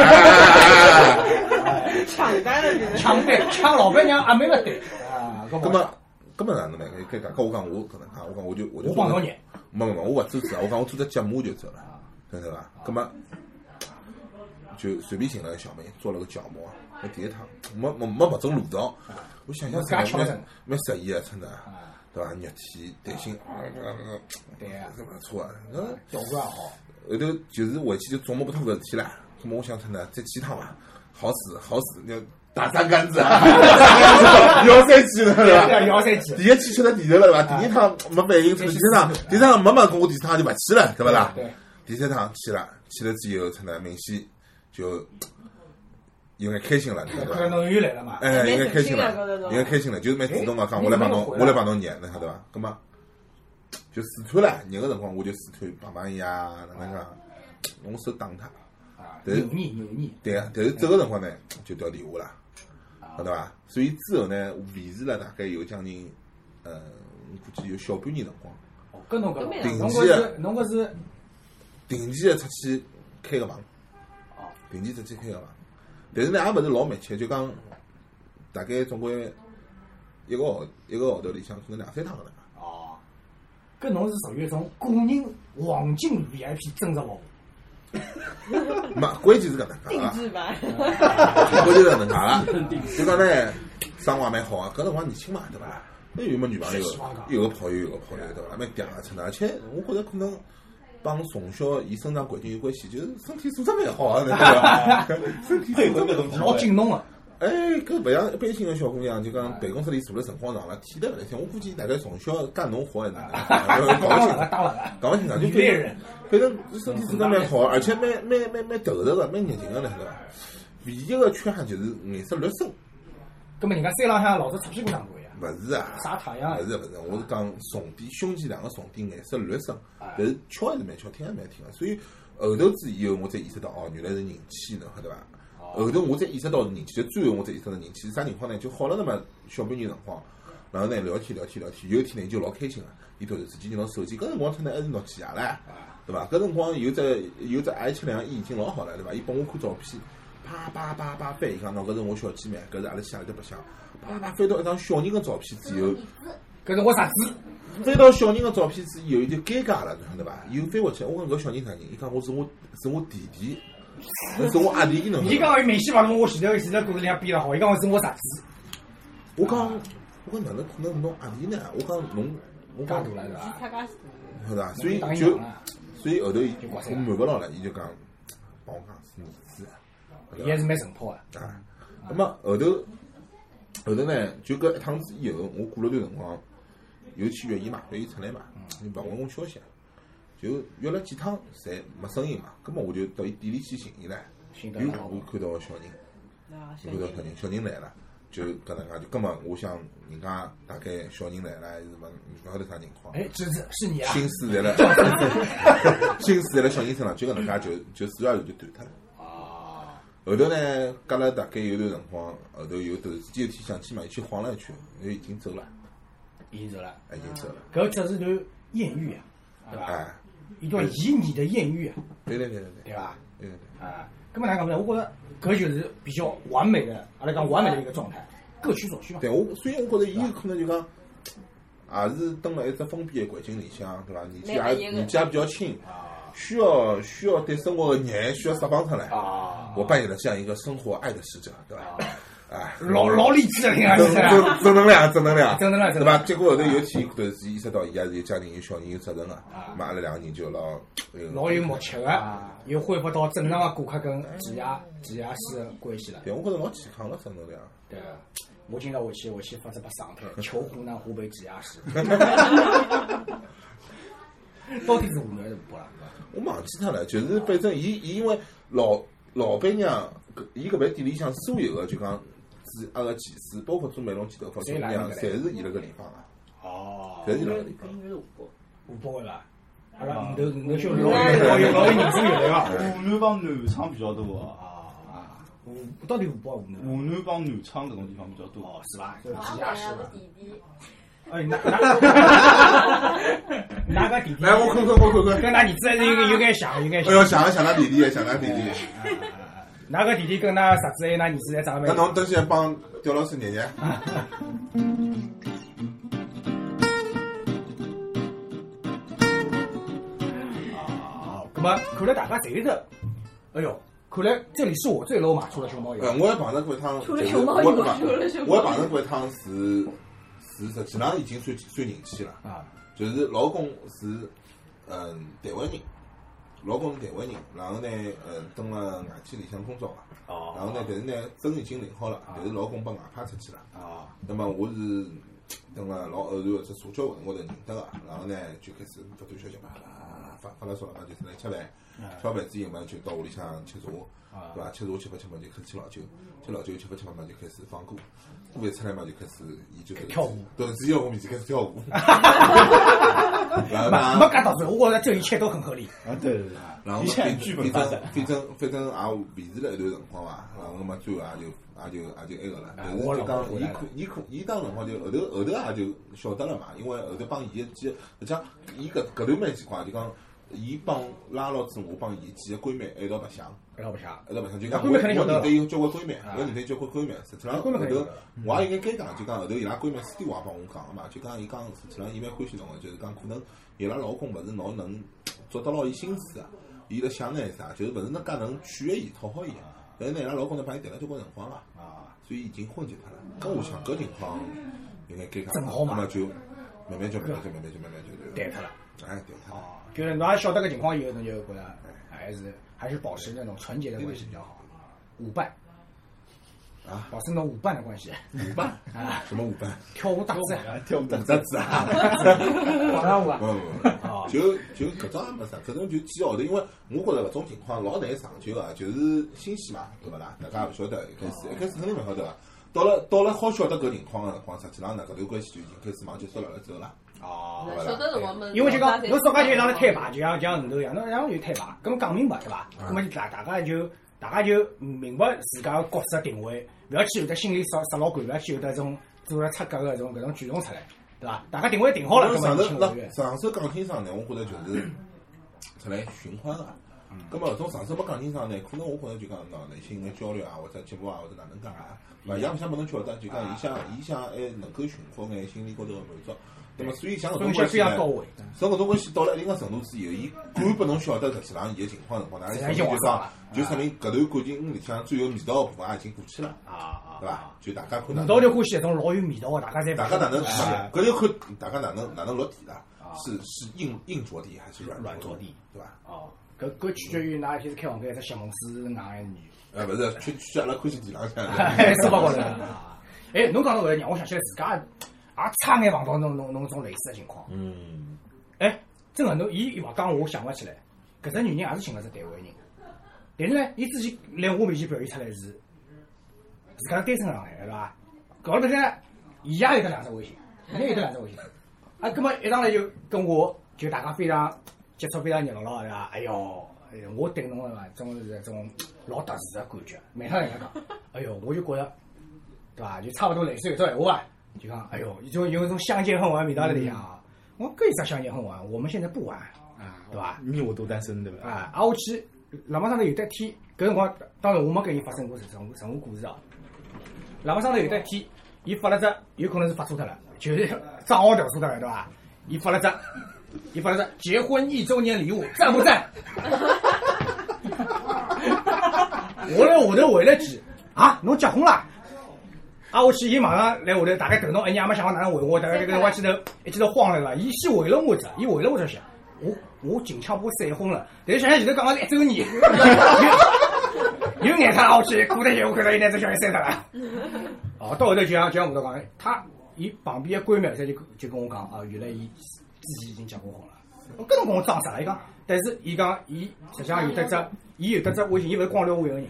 Speaker 8: 抢单了，就是。
Speaker 3: 抢对，抢老板娘阿妹个对。啊，搿
Speaker 6: 葛么，葛么哪能呢？搿讲，搿我讲我搿能介，我讲我就我就
Speaker 3: 我帮侬念，
Speaker 6: 没没没，我勿做指甲，我讲我做只脚马就走了，晓得伐？葛么就随便寻了个小妹，做了个脚模。我第一趟没没没搿种路道，我想想
Speaker 3: 自家
Speaker 6: 真
Speaker 3: 瞧
Speaker 6: 的
Speaker 3: 着
Speaker 6: 蛮蛮适意啊，真的
Speaker 3: 啊，
Speaker 6: 对伐？肉体弹性，呃
Speaker 3: 对啊
Speaker 6: 搿勿错啊。那
Speaker 3: 效果也好。
Speaker 6: 后头就是回去就琢磨不通搿事体啦。葛么我想出呢，再去一趟伐，好死好死，要打三竿子啊，摇三去了对伐？
Speaker 3: 对，啊摇三记。
Speaker 6: 第一次吃到地头了，啊对伐？第二趟没反应，第三趟，第三趟没嘛，跟我第三趟就勿去了，对勿啦？
Speaker 3: 对，啊
Speaker 6: 第三趟去了，去了之后，真的明显就有眼开心了，对
Speaker 3: 搿
Speaker 6: 伐
Speaker 3: 个？侬又来了嘛？
Speaker 6: 哎，应该开心了，应该开心了，就是蛮主动嘛，讲我来帮侬，我来帮侬捏，侬晓得伐？葛么就试探了，捏个辰光我就试探帮帮伊啊，哪能讲，用手打他，
Speaker 3: 啊，
Speaker 6: 对
Speaker 3: 油腻油腻。
Speaker 6: 对啊，但是这个辰光呢就掉电话了，
Speaker 3: 啊
Speaker 6: 晓得伐？所以之后呢，维持了大概有将近呃，估计有小半年辰光。
Speaker 3: 哦搿侬搿
Speaker 8: 搿蛮
Speaker 6: 顶级
Speaker 3: 侬搿
Speaker 6: 的
Speaker 3: 是侬搿是
Speaker 6: 定期的出去开个房，
Speaker 3: 哦
Speaker 6: 定期出去开个房，但是呢也勿是老密切，就讲大概总归一个号一个号头里向可能两三趟搿能 介。
Speaker 3: 哦，搿侬是属于一种个人黄金 VIP 真实服务。
Speaker 6: 没，关键是搿能介
Speaker 8: 定
Speaker 6: 啦，
Speaker 8: 制版。
Speaker 6: 关键是搿能介啦。就讲呢，生活也蛮好啊，搿辰光年轻嘛，对伐？那有没女朋友
Speaker 3: 是希望的，
Speaker 6: 有个炮友，有个炮友，对伐？蛮嗲个称的，而且我觉着可能帮从小伊生长环境有关系，就是身体素质蛮好啊，对 伐？身体素质蛮好
Speaker 3: 老
Speaker 6: 啊。
Speaker 3: 紧弄啊，
Speaker 6: 哎，搿勿像一般性个小姑娘，就讲办公室里坐了辰光长了，体力勿来三。我估计大概从小干农活还是哪 能，搞
Speaker 3: 打
Speaker 6: 勿
Speaker 3: 了
Speaker 6: 清
Speaker 3: 个，打了个，
Speaker 6: 搞勿清爽，就
Speaker 3: 女猎人，
Speaker 6: 反正身体素质蛮好，而且蛮蛮蛮蛮投入个，蛮热情个呢，对伐？唯一个缺陷就是颜色略深，
Speaker 3: 葛末人家山浪向老是擦屁股上过呀，
Speaker 6: 勿是啊，
Speaker 3: 晒太阳
Speaker 6: 勿是勿是，我是讲重点兄弟两个重点颜色略深，但是敲还是蛮敲，听还是蛮听个，所以后头子以后我才意识到哦，原来是人气呢，晓得伐？后头我才意识到是人气，就最后我才意识到是人气是啥情况呢？就好了那么小半年辰光，然后呢聊天聊天聊天，有一天呢伊就老开心了，啊伊突然之间拿手机，搿辰光脱呢还是诺基亚唻，
Speaker 3: 啊
Speaker 6: 对伐？搿辰光有只有只 i 七两，伊已经老好了，对伐？伊拨我看照片。啪啪啪啪翻，伊讲喏，搿是我小姐妹，搿是阿拉乡里头白相。啪啪翻到一张小人个照片之
Speaker 3: 嗯
Speaker 6: 后，
Speaker 3: 搿是我啥 子？
Speaker 6: 翻到小人个照片之后，伊就尴尬了，侬晓得伐？又翻回去，我讲搿小人啥人？伊讲我是我是我弟弟，是我阿弟，侬
Speaker 3: 伊
Speaker 6: 晓得伐？
Speaker 3: 讲伊明显勿跟我前头前头故事里向编了好，伊讲我是我啥子？
Speaker 6: 我讲我讲哪能可能是侬阿弟呢？我讲侬我
Speaker 3: 介大
Speaker 6: 讲
Speaker 3: 了是伐？
Speaker 8: 参加
Speaker 6: 晓得伐？所以
Speaker 3: 侬当
Speaker 6: 就
Speaker 3: 伊娘了
Speaker 6: 所以后头伊
Speaker 3: 就
Speaker 6: 我
Speaker 3: 觉醒
Speaker 6: 瞒勿牢了，伊就讲帮我讲是儿子。
Speaker 3: 伊还是蛮淳朴的。
Speaker 6: 啊，那么后头后头呢，就搿一趟子以后，我过了段辰光，又去约伊嘛，约伊出来嘛，伊勿回我消息，啊就约了几趟，侪没声音嘛，葛末我就到伊店里去寻伊唻，
Speaker 3: 寻到
Speaker 6: 又
Speaker 3: 伊老
Speaker 6: 我
Speaker 3: 婆
Speaker 6: 看到个小人，
Speaker 8: 啊，小
Speaker 6: 我看到小人，小人来了。就搿能介，就葛末我想人家大概小人来了，还是勿勿晓得啥情况。
Speaker 3: 哎，侄子是你啊？
Speaker 6: 心思在了，心思在了小人身上，就搿能介就就自然而然就断脱了。后头呢，隔了大概有段辰光，后头有突然之间有天想起嘛，去晃了一圈，因为已经走了，
Speaker 3: 伊走了，
Speaker 6: 已经走了，
Speaker 3: 搿只是段艳遇啊，对伐？
Speaker 6: 哎，
Speaker 3: 一段以你的艳遇啊，
Speaker 6: 对对对对对，
Speaker 3: 对伐？
Speaker 6: 对对
Speaker 3: 啊，搿么哪讲呢？我觉着搿就是比较完美的，阿拉讲完美的一个状态，各取所需嘛
Speaker 6: 对，。对我虽然我觉着伊有可能就讲，也是蹲辣一只封闭的环境里向，对伐？年纪也
Speaker 8: 蛮压抑的
Speaker 6: 年纪也比较轻，
Speaker 2: 啊
Speaker 6: 需要需要对生活的热需要释放出来。
Speaker 3: 啊，
Speaker 6: 我扮演了这样一个生活爱的使者，对吧？啊，
Speaker 3: 老老理智了，听上去
Speaker 6: 正
Speaker 3: 是吧
Speaker 6: 正正能量，正能量，
Speaker 3: 正能量
Speaker 6: 对吧？结果后头有一天，突然之间意识到伊也是有家庭、有小人、有责任啊。嘛，阿拉两个人就老哎
Speaker 3: 老有默契的，又恢复到正常的顾客跟职业职业师的关系了。
Speaker 6: 对，我觉着老健康了，正能量。
Speaker 3: 对，啊我今朝回去，回去发这把上海，求湖南湖北职业师。到底是湖南还是湖北啦？啊
Speaker 6: 我忘记脱了，就是反正伊伊因为老老板娘，搿伊搿爿店里向所有的就讲，是阿个技师，包括做美容剪头发、小姑娘，侪是伊辣搿地方啊，
Speaker 3: 哦
Speaker 6: 侪是伊辣搿地方。
Speaker 3: 湖北的啦。阿拉五头五头小哦老有老有老有认真有来啊！
Speaker 2: 湖南帮南昌比较多啊，
Speaker 3: 啊，湖到底湖北湖南？
Speaker 2: 湖南帮南昌搿种地方比较多。
Speaker 3: 哦，是吧？就是
Speaker 9: 我
Speaker 3: 地
Speaker 9: 也
Speaker 3: 下
Speaker 9: 是
Speaker 3: 室
Speaker 9: 个
Speaker 3: 的。
Speaker 9: 弟弟，
Speaker 3: 哎，那那 哪个弟弟？
Speaker 6: 来，哎我看看，我看看。
Speaker 3: 跟㑚儿子还是有有眼像，有眼
Speaker 6: 哎
Speaker 3: 像。
Speaker 6: 哟，想了想他弟弟，想他弟弟。
Speaker 3: 哪个弟弟跟㑚侄子还有㑚儿子还长得
Speaker 6: 那
Speaker 3: 蛮像？
Speaker 6: 侬等下帮刁老师念念。
Speaker 3: 哦，那么看来大家侪有得。哎哟，看来这里是我最 low 嘛，除哎了熊猫以
Speaker 6: 呃
Speaker 3: 外。，
Speaker 6: 我也碰着过一趟，
Speaker 4: 除了
Speaker 6: 就是
Speaker 4: 熊猫以
Speaker 6: 我也
Speaker 4: 外
Speaker 6: 碰
Speaker 4: 除了熊猫
Speaker 6: 我也碰着过一趟是是实际上已经算算人气了，
Speaker 3: 啊，
Speaker 6: 就是老公是嗯台湾人，老公是台湾人，然后呢呃蹲了外企里向工作嘛，然后呢但是呢证已经领好了，但是老公被外派出去了，
Speaker 3: 啊，
Speaker 6: 那么我是等了老呃偶然一只社交活动高头认得个，然后呢就开始发短消息嘛，啊发发了说嘛就是来吃饭，吃完饭之后嘛就到屋里向吃茶，
Speaker 3: 啊
Speaker 6: 对伐？吃茶吃吧吃吧就开始吃老酒，吃老酒吃吧吃吧嘛就开始放歌，歌一出来嘛就开始伊就开始
Speaker 3: 跳舞，
Speaker 6: 突然之间我面前开始跳舞，然后
Speaker 3: 没没
Speaker 6: 呢，
Speaker 3: 讲到这，我觉着这一切都很合理。
Speaker 2: 啊，对对对，
Speaker 6: 然后
Speaker 2: 一
Speaker 6: 嘛
Speaker 2: 切
Speaker 6: 反
Speaker 2: 按剧本发展
Speaker 6: 正。反正反正也维持了一段辰光嘛，然后嘛最后也就也就也就埃个了。但是
Speaker 3: 我
Speaker 6: 就
Speaker 3: 老婆
Speaker 6: 讲
Speaker 3: 回
Speaker 6: 伊
Speaker 3: 来
Speaker 6: 可
Speaker 3: 了
Speaker 6: 伊可伊当辰光就后头后头也就晓得了嘛，因为后头帮伊几个，讲伊搿搿段蛮奇怪，就讲伊帮拉牢子我帮伊几个闺蜜一道白相。
Speaker 3: 搿倒不像。
Speaker 6: 一道白相，就讲
Speaker 3: 闺
Speaker 6: 我
Speaker 3: 蜜
Speaker 6: 我
Speaker 3: 肯定晓得
Speaker 6: 认
Speaker 3: 了
Speaker 6: 得有交关闺蜜，
Speaker 3: 啊
Speaker 6: 我认得交关闺蜜。实际上后
Speaker 3: 闺蜜
Speaker 6: 头
Speaker 3: 肯定晓嗯得
Speaker 6: 我也有眼尴尬，就讲后头伊拉闺蜜私底下也帮我讲个嘛，就讲伊讲实际上伊蛮欢喜侬个，就是讲可能伊拉老公勿是老能捉得牢伊心思啊，伊辣想眼啥，就是勿是能介能取悦伊、讨好伊啊。但是呢，伊拉老公呢帮伊谈了交关辰光了，
Speaker 2: 啊，
Speaker 6: 所以已经婚结脱了。搿我想搿情况有眼尴尬，
Speaker 3: 正好嘛
Speaker 6: 那么就慢慢叫，慢慢叫，慢慢叫，慢慢叫，
Speaker 3: 对脱了。
Speaker 6: 就哎，对脱了。
Speaker 3: 哦，就是侬也晓得搿情况以后，侬就觉得哎还是还是保持那种纯洁的关系比较好，舞伴
Speaker 6: 啊，
Speaker 3: 保持那种舞伴的关系，
Speaker 6: 舞伴
Speaker 3: 啊，
Speaker 6: 什么舞 伴？
Speaker 3: 跳舞打字
Speaker 2: 跳舞
Speaker 6: 等
Speaker 2: 的，
Speaker 6: 着子啊！
Speaker 3: 广场舞啊
Speaker 6: 不，不不， 就就搿种也没啥，搿种就几个号头，因为我觉着搿种情况老难长久个，就是新鲜嘛，对勿啦？大家也勿晓得，一开
Speaker 3: 啊
Speaker 6: 始一开始肯定勿晓得个，啊到了到了好晓得搿情况个辰光，实际浪呢搿段关系就已经开始往结束了了走了。
Speaker 4: 哦
Speaker 2: 啊，
Speaker 6: 好
Speaker 8: 晓
Speaker 6: 吧
Speaker 8: 得辰光么？
Speaker 3: 因为就讲侬早介就让他摊牌，就像就像后头一样，侬让我就摊牌，咁么讲明白对伐？
Speaker 6: 嗯
Speaker 3: 咁啊么就大大家就大家就明白自家角色定位，勿要去有得心里杀杀老鬼，勿要去有得种做了出格个种搿种举动出来，对伐？大家定位定好了，
Speaker 6: 因为
Speaker 3: 咁
Speaker 6: 上
Speaker 3: 么
Speaker 6: 头
Speaker 3: 就情我愿
Speaker 6: 那。上手讲清爽呢，我觉着就是 出来寻欢个。
Speaker 3: 嗯
Speaker 6: 咁么，从上手没讲清爽呢，可能我觉着就讲脑内心个交流啊，或者节目啊，或者哪能讲啊，勿
Speaker 3: 嗯
Speaker 6: 一样想拨侬晓得，就讲伊想伊想还能够寻获眼心理高头个满足。那么，所以像搿种
Speaker 3: 分析
Speaker 6: 关
Speaker 3: 非
Speaker 6: 系呢
Speaker 3: 常到，位，
Speaker 6: 从搿种关系到了一定个程度之后，伊敢拨侬晓得实际上伊个情况辰光，哪里
Speaker 3: 实际
Speaker 6: 说
Speaker 3: 上已经
Speaker 6: 明就
Speaker 3: 往上
Speaker 6: 讲
Speaker 3: 了，
Speaker 6: 就说明搿段感情里向最有味道个部分也已经过去了，
Speaker 3: 啊啊
Speaker 6: 对伐？就大家可能
Speaker 3: 味道就欢喜一种老有味道个，大家侪
Speaker 6: 嗯大家哪能
Speaker 3: 是
Speaker 6: 搿就看大家哪能哪能落地了，是是硬硬着地还是软
Speaker 3: 软
Speaker 6: 着
Speaker 3: 着地，
Speaker 6: 对伐？
Speaker 3: 哦，搿搿取决于㑚一开始开房间，只小红书是哪 样女，
Speaker 6: 呃，勿是，去去阿拉看心地浪向。
Speaker 3: 是勿好的。
Speaker 2: 啊
Speaker 3: 哎，侬讲到搿个让我想起来自家也差眼碰到侬侬侬种类似的情况。
Speaker 6: 嗯，
Speaker 3: 哎，真个侬伊勿讲，我想勿起来。搿只女人也是寻了只单位人，但是呢，伊之前来我面前表现出来是自家单身状态，对伐？搞了半天，伊也有得两只微信，伊也有得两只微信。啊，葛末一上来就跟我就大家非常接触非常热络了，对伐？哎哟，哎呦，我对侬嘛，真个是一种老特殊的感觉。每趟人家讲，哎哟，我就觉着，对伐？就差不多类似有这闲话吧，就讲，哎哟，就有一种相见恨晚味道在里向啊。我说可以再相见恨晚，我们现在不晚
Speaker 1: 哦
Speaker 3: 啊，对伐？
Speaker 2: 你我都单身对伐？
Speaker 3: 啊，挨下去，喇叭上头有得天，搿辰光当然我没跟伊发生过任何任何故事啊。喇叭上头有得天，伊发了只，有可能是发错脱了，就是 账号调错脱了，对伐？伊发了只，伊发了只结婚一周年礼物，赞不赞？我来下头回了句啊，侬结婚啦？啊，我去，伊马上来我头，大概等侬一年也没想好哪能回我，大概这个辰光一记头一记头慌了啦。伊先回了我一只，伊回了我一只想，我我近腔把闪婚了，但是想想前头讲个一周年， 有有眼他我去，过了一会我看到伊拿只小孩删掉了。哦，到后头就像就像我头讲，他伊旁边的闺蜜在就就跟我讲啊，原来伊之前已经结过婚了。我搿辰光我装啥？伊讲，但是伊讲伊实际上有得只，伊有得只微信，伊勿是光撩我一个人。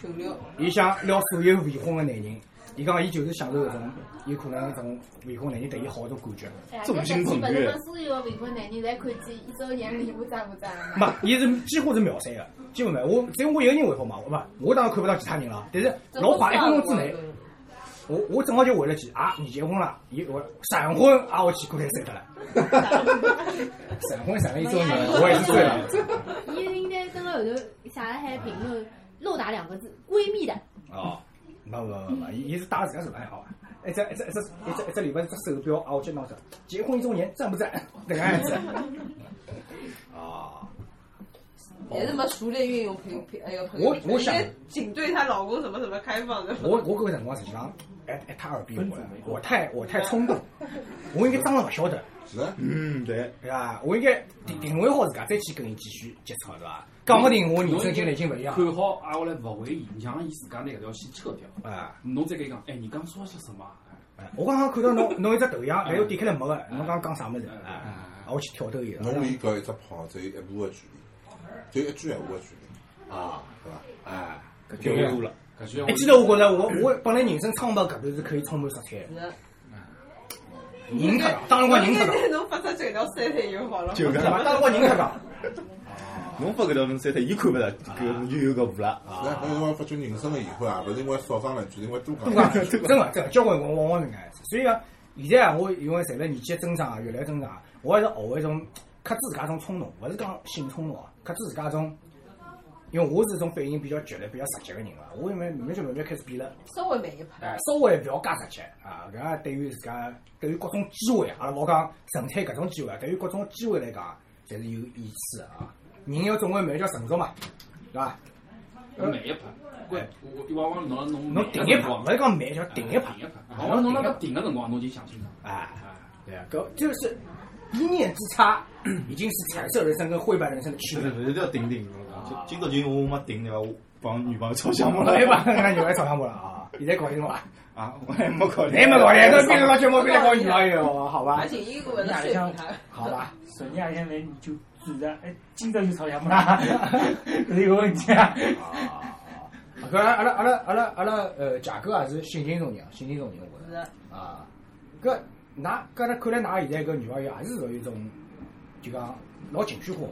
Speaker 8: 群 聊，
Speaker 3: 伊想撩所有未婚的男人，伊讲伊就是享受搿种有可能搿种未婚男人对伊好搿种感觉。
Speaker 2: 众星捧月
Speaker 9: 但是所有的未婚男人侪看见一周年礼物赞不赞了嘛？
Speaker 3: 没，伊是几乎是秒删的，基本没。我只有我一个人回复嘛，我勿，我当然看不到其他人了。但是老快一分钟之内，我我正好就回了句啊，你结婚了？伊我闪婚啊，我去过来删掉了。闪婚闪了一周年，我也是醉了。
Speaker 4: 伊应该跟了后头写了海评论，漏打两个字，闺蜜的。
Speaker 3: 哦，没没没没，伊伊是打自家手上还好啊。一只一只一只一只一只礼物一只手表啊，我去拿着。结婚一周年赞不 赞？搿能样子。啊，
Speaker 8: 也是么熟练运用朋朋哎个朋友，
Speaker 3: 我我想
Speaker 8: 人家仅对她老公什么什么开放的，
Speaker 3: 我我搿个辰光实际上，哎哎，他耳边我了，我太我太冲动，我应该当然勿晓得，
Speaker 6: 是啊的，
Speaker 2: 嗯，对，
Speaker 3: 对伐？我应该定定位好自家，再去跟伊继续接触，对伐？讲勿定我人生经历已经勿一样了
Speaker 7: 看好挨下来勿回伊，让伊自家拿搿条线撤掉，
Speaker 3: 啊！
Speaker 7: 侬再跟伊讲，哎，你刚说些什么啊？
Speaker 3: 哎我刚刚看到侬侬一只头像，然后点开来没个，侬刚刚讲啥物事？
Speaker 7: 哎
Speaker 3: 啊，啊我去挑逗伊了。
Speaker 6: 侬离搿一只炮只有一步个距离，只有一句闲话个距离，
Speaker 3: 啊，
Speaker 6: 对伐？
Speaker 3: 哎，搿
Speaker 2: 跳
Speaker 3: 就
Speaker 2: 过了，
Speaker 7: 搿句闲话
Speaker 3: 一哎记头我觉着我我本来人生苍白搿段是可以充满色彩的，
Speaker 8: 是的嗯
Speaker 3: 人太戆，当然光人 太戆，
Speaker 8: 侬发出这条删删就好了。
Speaker 2: 就
Speaker 3: 对
Speaker 2: 搿
Speaker 3: 伐？
Speaker 2: 能
Speaker 3: 当然光人太戆。
Speaker 2: 侬发搿条文删脱，伊看勿着，搿就有搿步了
Speaker 6: 是的，
Speaker 2: 啊。
Speaker 6: 搿辰光发觉人生个遗憾啊，勿是因为少讲两句，是因为多讲
Speaker 3: 对伐？
Speaker 6: 两
Speaker 3: 真
Speaker 6: 句。
Speaker 3: 个真个交关辰光往往是搿能样子。所以讲，现在啊，我因为随着年纪的增长啊，阅历的增长啊，我还是学一种克制自家一种冲动，勿是讲性冲动啊，克制自家一种。因为我是一种反应比较剧烈、比较直接的人啊，我慢慢慢慢就慢慢开始变了，
Speaker 8: 稍微慢一拍，
Speaker 3: 哎，稍微不要介直接啊。搿样对于自家，对于各种机会，阿拉勿好讲神探搿种机会啊，对于各种机会来讲，侪是有益处的啊。人要总归慢慢叫成熟嘛，对伐？
Speaker 7: 慢一拍，关我往往侬侬
Speaker 3: 侬停一拍，勿是讲慢，叫停一拍
Speaker 7: 哎停一拍，往往侬辣搿停个辰光，侬就想清爽。
Speaker 3: 啊。对啊，搿就是一念之差，已经是彩色人生跟灰白人生的区
Speaker 2: 不
Speaker 3: 别
Speaker 2: 是
Speaker 3: 了。
Speaker 2: 不是叫顶顶，就今朝就因为我没顶对伐？我帮女朋友吵相骂
Speaker 3: 我
Speaker 2: 了
Speaker 3: 来吧，那又来吵相骂了啊！现在搞清楚伐？
Speaker 2: 啊，我还没哎考虑，
Speaker 3: 你没搞清楚，变成老节目变成搞女朋友，好吧
Speaker 8: 而？且伊个勿是
Speaker 5: 哪里
Speaker 8: 说
Speaker 5: 像
Speaker 8: 服他，
Speaker 3: 好吧，
Speaker 5: 昨天夜向来你就指着，哎，今朝就吵架么啦？这是一个问题啊。
Speaker 3: 搿阿拉阿拉阿拉阿拉呃，价格也是性情中人，性情中人，我觉
Speaker 8: 是
Speaker 3: 得啊，搿㑚搿能看来㑚现在搿女朋友也是属于一种就讲老情绪化的，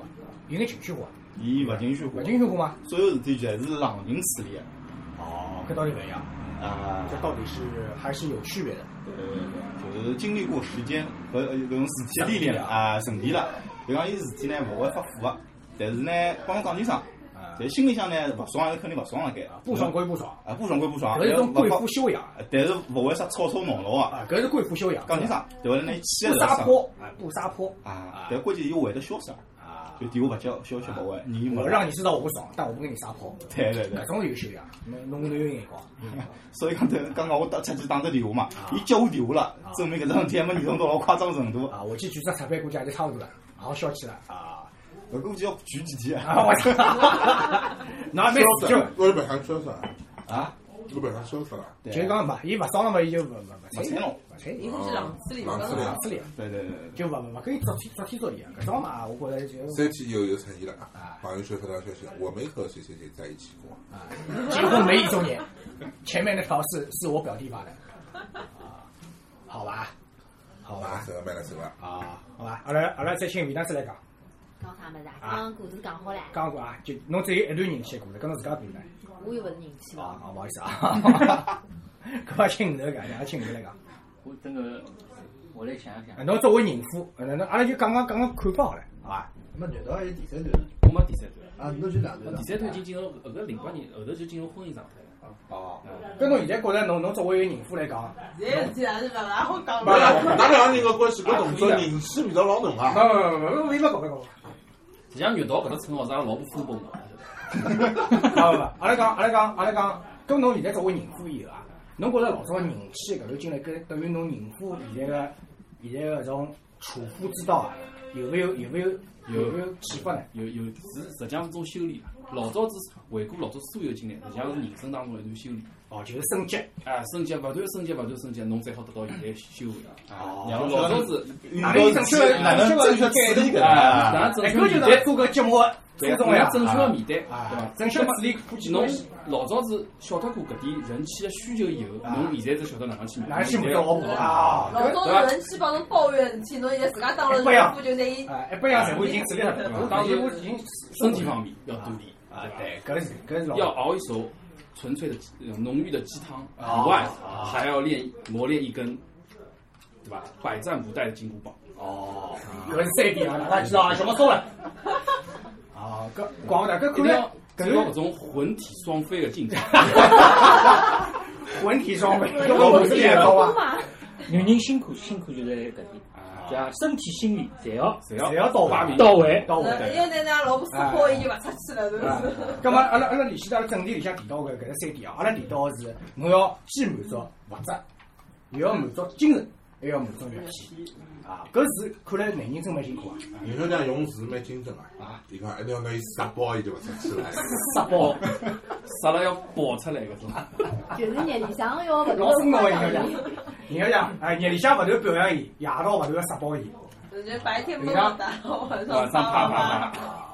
Speaker 3: 有眼情绪化，
Speaker 2: 伊勿情绪化
Speaker 3: 勿，情绪化吗？
Speaker 2: 所有事体全是冷静处理的
Speaker 3: 哦，搿道理勿一样，
Speaker 2: 啊
Speaker 3: 这。到底是还是有区别的。
Speaker 2: 呃，就是经历过时间和呃搿种事体历练了啊，沉淀了。就讲伊事体呢，勿会发火个，但是呢，帮侬讲清爽，
Speaker 3: 啊
Speaker 2: 但心里向呢勿爽还是肯定勿爽了该。
Speaker 3: 不爽归不爽，
Speaker 2: 啊，不爽归不爽，
Speaker 3: 搿是一种贵
Speaker 2: 勿
Speaker 3: 妇修养
Speaker 2: 发但是勿会啥吵吵闹闹啊。
Speaker 3: 啊，搿是贵妇修养。
Speaker 2: 讲清爽，对伐？那伊气
Speaker 3: 不
Speaker 2: 也
Speaker 3: 撒
Speaker 2: 是
Speaker 3: 泼啊，不撒泼
Speaker 2: 啊，但关键伊会得潇洒，
Speaker 3: 啊！
Speaker 2: 就对我勿叫消息勿会，你
Speaker 3: 我
Speaker 2: 勿
Speaker 3: 让你知道我不爽，但我不跟你撒泼，啊
Speaker 2: 对对对
Speaker 3: 搿。种有修养，侬侬侬有眼光。
Speaker 2: 所以讲，头刚刚我打出去打只电话嘛，
Speaker 3: 啊
Speaker 2: 伊接我电话了，证明搿桩事体还没严重到老夸张程度。
Speaker 3: 啊，我去举只茶杯，估计也就差不多了，然后消气了啊！
Speaker 2: 我估计要举几天
Speaker 3: 啊，我操！那没
Speaker 6: 潇
Speaker 3: 事，就
Speaker 6: 洒，我是白相潇洒，
Speaker 2: 啊！
Speaker 6: 我白相潇洒了。
Speaker 2: 对
Speaker 3: 就是讲嘛，伊勿爽了嘛，伊就勿勿勿
Speaker 2: 勿睬侬
Speaker 3: 勿睬
Speaker 8: 伊
Speaker 3: 伊，
Speaker 8: 估计冷处理，
Speaker 6: 冷处理
Speaker 3: 勿处理，
Speaker 2: 对对对，
Speaker 3: 就勿勿勿跟伊昨天昨天昨天搿种嘛，我觉着就
Speaker 6: 三天以后又出现了
Speaker 3: 啊
Speaker 6: 啊！网友说发条消息，我没和谁谁谁在一起过。
Speaker 3: 啊结婚没一周年，前面那条是是我表弟发的，啊，好吧，好
Speaker 6: 买了
Speaker 3: 吧，
Speaker 6: 手了，买了手了。
Speaker 3: 啊，好吧，阿拉阿拉再请维纳斯来讲。
Speaker 4: 讲啥么子啊？
Speaker 3: 啊
Speaker 4: 讲故事讲好唻，
Speaker 3: 讲过啊，就侬只有一段人气的故事，跟侬自家比呢？
Speaker 4: 我又勿是人气
Speaker 3: 啊
Speaker 4: 王，，
Speaker 3: 勿好意思啊，搿把请头讲，也请头来讲。
Speaker 5: 我真个，我来想一想
Speaker 3: 啊，侬作为人夫，呃那那阿拉就讲讲讲讲看法好了，好吧？
Speaker 10: 那么难道还有第三段？
Speaker 7: 我没第三段，
Speaker 10: 啊，侬就两段了
Speaker 7: 第。三段已经进入后头零八年，后头就进入婚姻状态了。啊
Speaker 3: 哦，跟侬现在觉着侬侬作为一个人夫来讲，
Speaker 8: 现事体哎也是勿大好讲
Speaker 6: 不
Speaker 8: 嘛
Speaker 6: 是，。哪两人的关系搿动作人气味道老浓
Speaker 2: 哦
Speaker 3: 勿
Speaker 6: 啊！
Speaker 3: 勿勿勿，伊勿搞勿搞勿，
Speaker 7: 实际上月桃搿个称号是阿拉老婆分拨我的，晓得 伐
Speaker 3: 勿勿，阿拉讲阿拉讲阿拉讲，跟侬现在作为人夫以后啊，侬觉着老早人气搿段经历跟对于侬人夫现在个现在个搿种处夫之道啊，有没有有没有有没有启发呢？
Speaker 7: 有有是实际上是一种修炼啊。老早子回顾老早所有经历，实际上是人生当中一段修炼。
Speaker 3: 哦，就是升级，
Speaker 7: 啊，升级不断升级不断升级，侬才好得到现在修为
Speaker 3: 哦
Speaker 7: 啊。然后老早子
Speaker 3: 哪能正确的
Speaker 2: 哪能正确处理搿个
Speaker 7: 啊，
Speaker 2: 啊？
Speaker 7: 咱正
Speaker 3: 哎，
Speaker 7: 确
Speaker 3: 搿
Speaker 7: 面
Speaker 3: 就是
Speaker 7: 对，
Speaker 3: 做个节目初
Speaker 7: 对，
Speaker 3: 衷了呀
Speaker 7: 咱，正确的面对，对
Speaker 3: 啊
Speaker 7: 伐？
Speaker 3: 正确处理估计侬
Speaker 7: 侬老早子晓得过搿点人气的需求以后，侬现在是晓得哪能去面对
Speaker 3: 啊哪能去面对老婆啊
Speaker 8: 老早有人去帮侬抱怨事体，侬现在自家当了人夫就拿伊
Speaker 3: 啊，一般样财务已经处理好了，我
Speaker 7: 当
Speaker 3: 当
Speaker 7: 时
Speaker 3: 时我已经
Speaker 7: 身体方面要多点
Speaker 3: 啊，对，搿是搿是老
Speaker 7: 要熬一手纯粹的呃浓郁的鸡汤
Speaker 3: 啊
Speaker 7: 以外，
Speaker 2: 啊
Speaker 7: 还要练磨练一根，对吧？百战不殆的金箍棒。
Speaker 3: 哦，搿是三点啊，大家知道啊，什么收了？啊，搿广大搿
Speaker 7: 一
Speaker 3: 可
Speaker 7: 定要
Speaker 3: 能搿 种
Speaker 7: 走到搿种魂体双飞的 境界。
Speaker 3: 文体双飞，搿
Speaker 2: 老
Speaker 3: 我
Speaker 2: 不
Speaker 3: 不
Speaker 2: 是
Speaker 3: 是
Speaker 2: 也
Speaker 3: 也
Speaker 2: 高
Speaker 3: 高
Speaker 4: 我
Speaker 3: 啊？
Speaker 4: 嘛，
Speaker 5: 女人辛苦辛苦就在搿点，对伐？身体心理侪要
Speaker 7: 谁
Speaker 3: 侪
Speaker 7: 要
Speaker 3: 要到
Speaker 7: 八名
Speaker 5: 到位。
Speaker 3: 到位。
Speaker 8: 要拿那老婆撕破，伊就勿出去了，是
Speaker 3: 啊
Speaker 8: 不是？，
Speaker 3: 葛末阿拉阿拉联系到阿拉正题里向提到个搿个三点啊，阿拉提到个是侬要既满足物质，又要满足精神，还要满足肉体啊，搿是看来男人真蛮辛苦啊，
Speaker 6: 牛小娘用词蛮精准啊！伊讲一定要拿伊杀爆，伊就勿出 去了。
Speaker 7: 杀爆，杀了要爆出来搿种。
Speaker 4: 就是日里向要勿
Speaker 3: 老生动个人家讲，人家讲哎夜里向勿头表扬伊，夜到勿头要杀爆伊。
Speaker 8: 我觉得白天闷闷哒，晚上
Speaker 7: 晚上啪
Speaker 8: 啪
Speaker 7: 啪
Speaker 8: 啪。
Speaker 7: 啪。
Speaker 3: 啊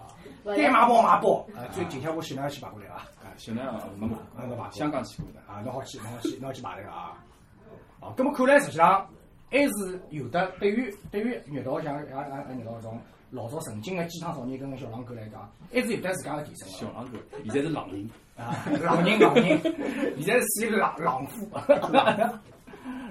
Speaker 3: 该买包买包，啊，最近下我去哪去买过来啊？
Speaker 7: 啊，小南啊，没买
Speaker 3: 没买过
Speaker 7: 香港去过的。
Speaker 3: 啊，侬好去，侬好去，侬好去买来个啊！哦，咁么看来实际上还是有的。对于对于肉道像像像像肉道种老早曾经的鸡汤少年跟小狼狗来讲，还是有得自家的提升
Speaker 7: 小狼狗现在是狼人，
Speaker 3: 的啊！狼人狼人，现在是属于狼狼夫，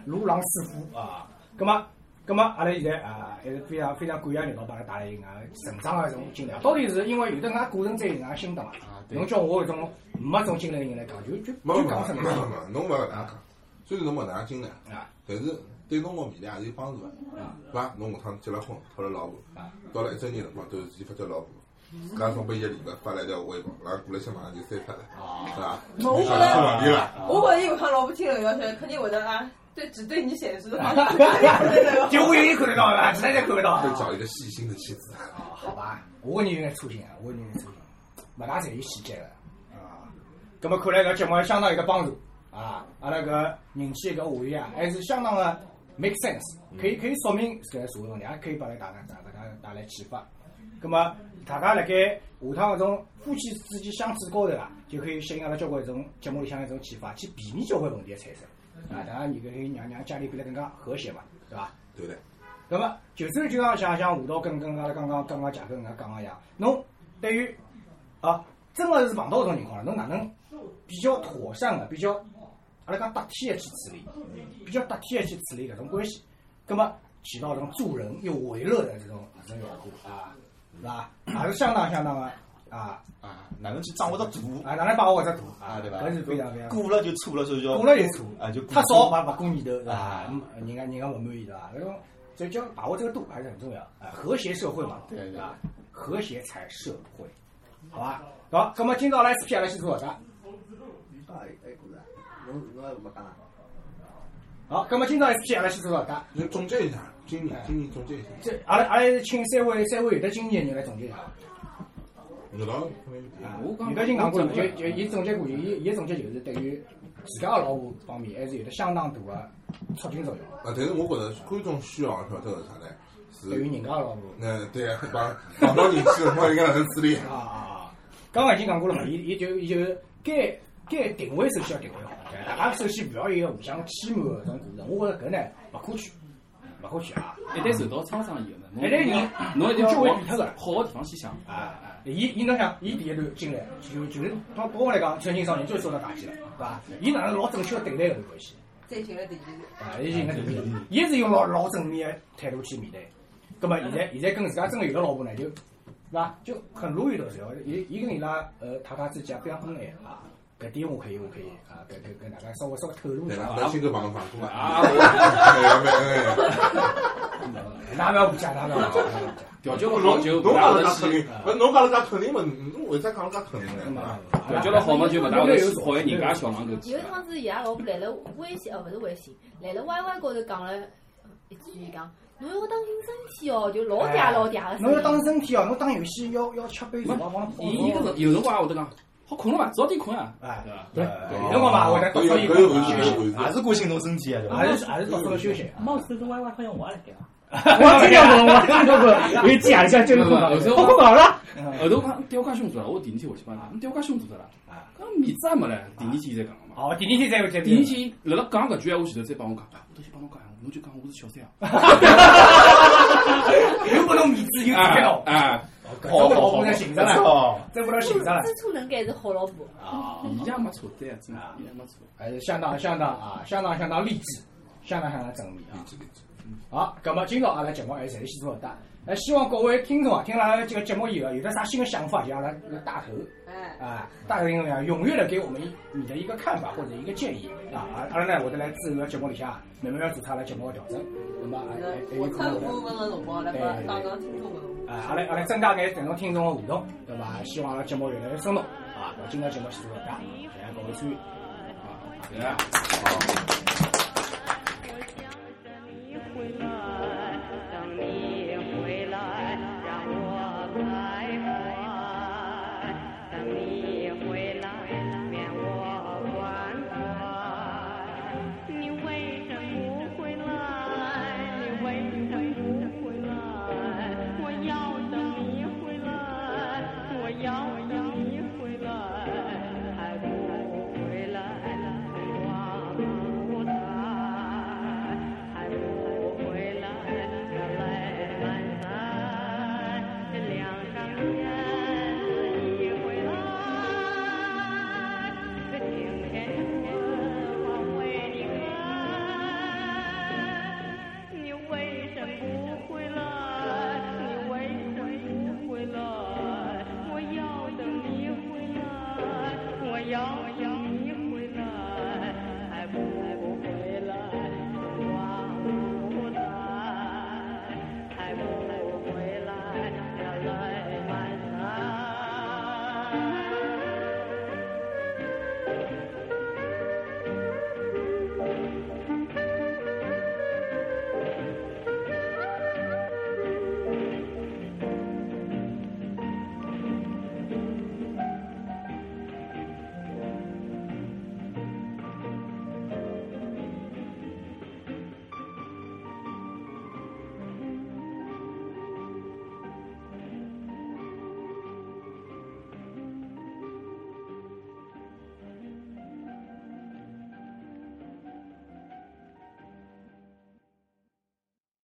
Speaker 3: 如狼似虎啊！咁么咁么，阿拉现在啊，还是非常非常感谢肉道帮阿拉带来一眼成长的一种经历。啊到底是因为有的眼过程再有眼心得嘛？
Speaker 7: 啊对
Speaker 3: 侬叫我搿种没种经历的人来讲，就就
Speaker 6: 没没
Speaker 3: 就
Speaker 6: 没
Speaker 3: 讲什
Speaker 6: 没
Speaker 3: 么
Speaker 6: 没没，侬勿搿能讲。虽然侬勿搿能经历，
Speaker 3: 啊？
Speaker 6: 但是对侬个未来也
Speaker 3: 啊
Speaker 6: 是有帮助个，对伐？侬下趟结了婚，讨了老婆，到了一周年辰光，突然之间发觉老婆
Speaker 3: 嗯
Speaker 6: 搿样送拨伊个礼物发了一条微博，然后过了些马上就删脱了，
Speaker 3: 啊
Speaker 6: 是伐？
Speaker 8: 那我
Speaker 6: 你
Speaker 8: 觉
Speaker 6: 看是问题
Speaker 8: 得
Speaker 6: 了，，
Speaker 8: 我觉得有看老婆听了要求，肯定会得啊，对，只对你显示的方
Speaker 3: 就我有眼看得到吧，其他人看不到。
Speaker 6: 再找一个细心的妻子。
Speaker 3: 好吧，我女人粗心啊，我女人粗心，勿大在意细节的啊。咁么看来搿节目还相当有得帮助啊！阿拉搿人气搿话题啊，还是相当的 make sense，可以可以说明搿个社会问题，也可以帮大家大家大家带来启发。咁么大家辣盖下趟搿种夫妻之间相处高头啊，就可以吸引阿拉交关一种节目里向一种启发，去避免交关问题的产生啊！大家你可以让让家里变得更加和谐嘛，对伐？
Speaker 6: 对的。
Speaker 3: 那么就算就像像像吴导跟跟阿拉刚刚刚刚贾哥搿能介讲个一样，侬对于啊，真个是碰到搿种情况了，侬哪能比较妥善个、比较阿拉讲得体个去处理，比较得体个去处理搿种关系，葛么起到这种助人又为乐的这种这种效果啊，是吧？还是相当相当个啊
Speaker 2: 啊，哪能去掌握得度
Speaker 3: 啊，哪能把握得度
Speaker 2: 啊，对吧？
Speaker 3: 搿是非常非常
Speaker 2: 过了就错了，所以叫
Speaker 3: 过了就错
Speaker 2: 啊，就过
Speaker 3: 太少勿勿过年头是吧？嗯人家人家勿满意对伐？搿种就叫把握这个度还是很重要啊，和谐社会嘛，对吧？和谐才社会，好吧？好，葛末今朝来 SP 阿拉先做到这。
Speaker 10: 哎哎，故事，侬侬还没讲啊？
Speaker 3: 好，葛末今朝 SP 阿拉先做到这。
Speaker 6: 你总结一下，今年今年总结一下。
Speaker 3: 这阿拉阿拉请三位三位有得经验的人来总结一下。
Speaker 6: 你老
Speaker 3: 啊，
Speaker 6: 我
Speaker 3: 你刚已经讲过了，就就伊总结过，伊伊总结就是对于自家的老婆方面还是有得相当大的促进作用。
Speaker 6: 啊，但是我觉着观众需要晓得是啥呢？是
Speaker 3: 对于人家的老婆。
Speaker 6: 嗯，对啊，帮帮到人去了，帮人家哪能处理？
Speaker 3: 啊啊啊！刚刚已经讲过了嘛，伊伊就伊就该该定位首先要定位好，对大家首先勿要有一个互相欺瞒搿种过程，我觉着搿呢勿可取，勿可取啊！
Speaker 7: 一旦受到创伤以后呢，侬
Speaker 3: 一旦人
Speaker 7: 侬一定要
Speaker 3: 就会
Speaker 7: 往
Speaker 3: 变脱个
Speaker 7: 好个地方去想
Speaker 3: 啊！伊伊能想，伊第一段经历就就是，到对我来讲，曾经少年就是受到打击了，对伐？伊哪能老正确地对待搿段关系？
Speaker 8: 再寻了第二
Speaker 3: 啊，伊是应该面对，伊是用老老正面的态度去面对。葛么现在现在跟自家真个有个老婆呢，就，是伐？就很如鱼得水哦。伊伊跟伊拉呃太太之间非常恩爱啊。搿点我可以，我可以啊，搿搿搿大家稍微稍微透露一
Speaker 6: 对
Speaker 3: 下
Speaker 6: 吧？
Speaker 3: 啊。
Speaker 6: 那新哥帮侬放过吧。
Speaker 7: 啊，
Speaker 6: 哎
Speaker 3: 那不要不讲，那不要不讲。
Speaker 7: 调
Speaker 6: 就不
Speaker 7: 教好
Speaker 6: 侬
Speaker 7: 就
Speaker 6: 侬
Speaker 7: 大
Speaker 6: 讲了
Speaker 7: 问
Speaker 6: 介肯
Speaker 7: 题
Speaker 6: 定，，勿侬讲了介肯定嘛？侬为啥讲了介肯定
Speaker 3: 哎
Speaker 6: 呢？
Speaker 7: 调教了好嘛就勿大会去讨厌人家小狼狗
Speaker 4: 有一趟子伊拉老婆来了微信，哦，勿是微信，来了 YY 高头讲了一句，讲侬要当心身体哦，就老嗲老嗲的
Speaker 3: 侬要
Speaker 4: 声
Speaker 3: 哎当
Speaker 4: 音。
Speaker 3: 身体哦，侬当游戏要要吃杯茶，帮侬泡
Speaker 7: 伊伊搿
Speaker 3: 茶。
Speaker 7: 有辰光也会得讲，好困了伐？早点困啊，
Speaker 3: 哎
Speaker 7: 对伐？
Speaker 3: 对，有辰光嘛，会得多少
Speaker 2: 哦还是关心侬身体啊，对吧？
Speaker 3: 还是还是多少休息。
Speaker 5: 猫头都歪歪，好像我来给啊！我听到过，我听到过，有记下像这个困
Speaker 7: 有时候
Speaker 5: 扰，我困扰了。
Speaker 7: 后头讲吊架凶多了，我第二天回去帮他，侬吊架凶多的啦
Speaker 3: 啊，
Speaker 7: 搿面子也没唻，第二天再讲嘛。
Speaker 3: 哦，第二天再再
Speaker 7: 第二天辣辣讲搿句闲话前头再帮我讲，啊我都先帮侬讲闲话，侬就讲我是小三啊。
Speaker 3: 有不侬面子有
Speaker 7: 哎
Speaker 3: 才哦。
Speaker 7: 哎，
Speaker 3: 搿个老婆才寻着了，
Speaker 2: 哦，
Speaker 3: 再不能寻着了
Speaker 4: 知错能改是好老婆，
Speaker 3: 啊！
Speaker 7: 伊拉没错对，真的伊拉没错。
Speaker 3: 还是哎相当相当啊，相当相当励志，相当相当正面啊！好，咁么今朝阿拉节目还是暂时先做到这，那哎希望各位听众啊，听了阿拉这个节目以后，有的啥新的想法，就阿拉大头
Speaker 8: 哎，
Speaker 3: 啊，大头听众啊，踊跃的给我们你的一个看法或者一个建议啊，阿阿拉呢，我再来自个节目里向啊慢慢要做出阿拉节目的调整，那么还还还有
Speaker 8: 我
Speaker 3: 可
Speaker 8: 趁
Speaker 3: 能
Speaker 8: 我
Speaker 3: 的。
Speaker 8: 问的辰光来帮刚刚听众们，
Speaker 3: 啊，阿拉阿拉增加眼搿种听众的互动，对伐？希望阿拉节目越来越生动啊！咁今朝节目先做到这，谢谢各位参与。
Speaker 7: 对啊。
Speaker 3: 好，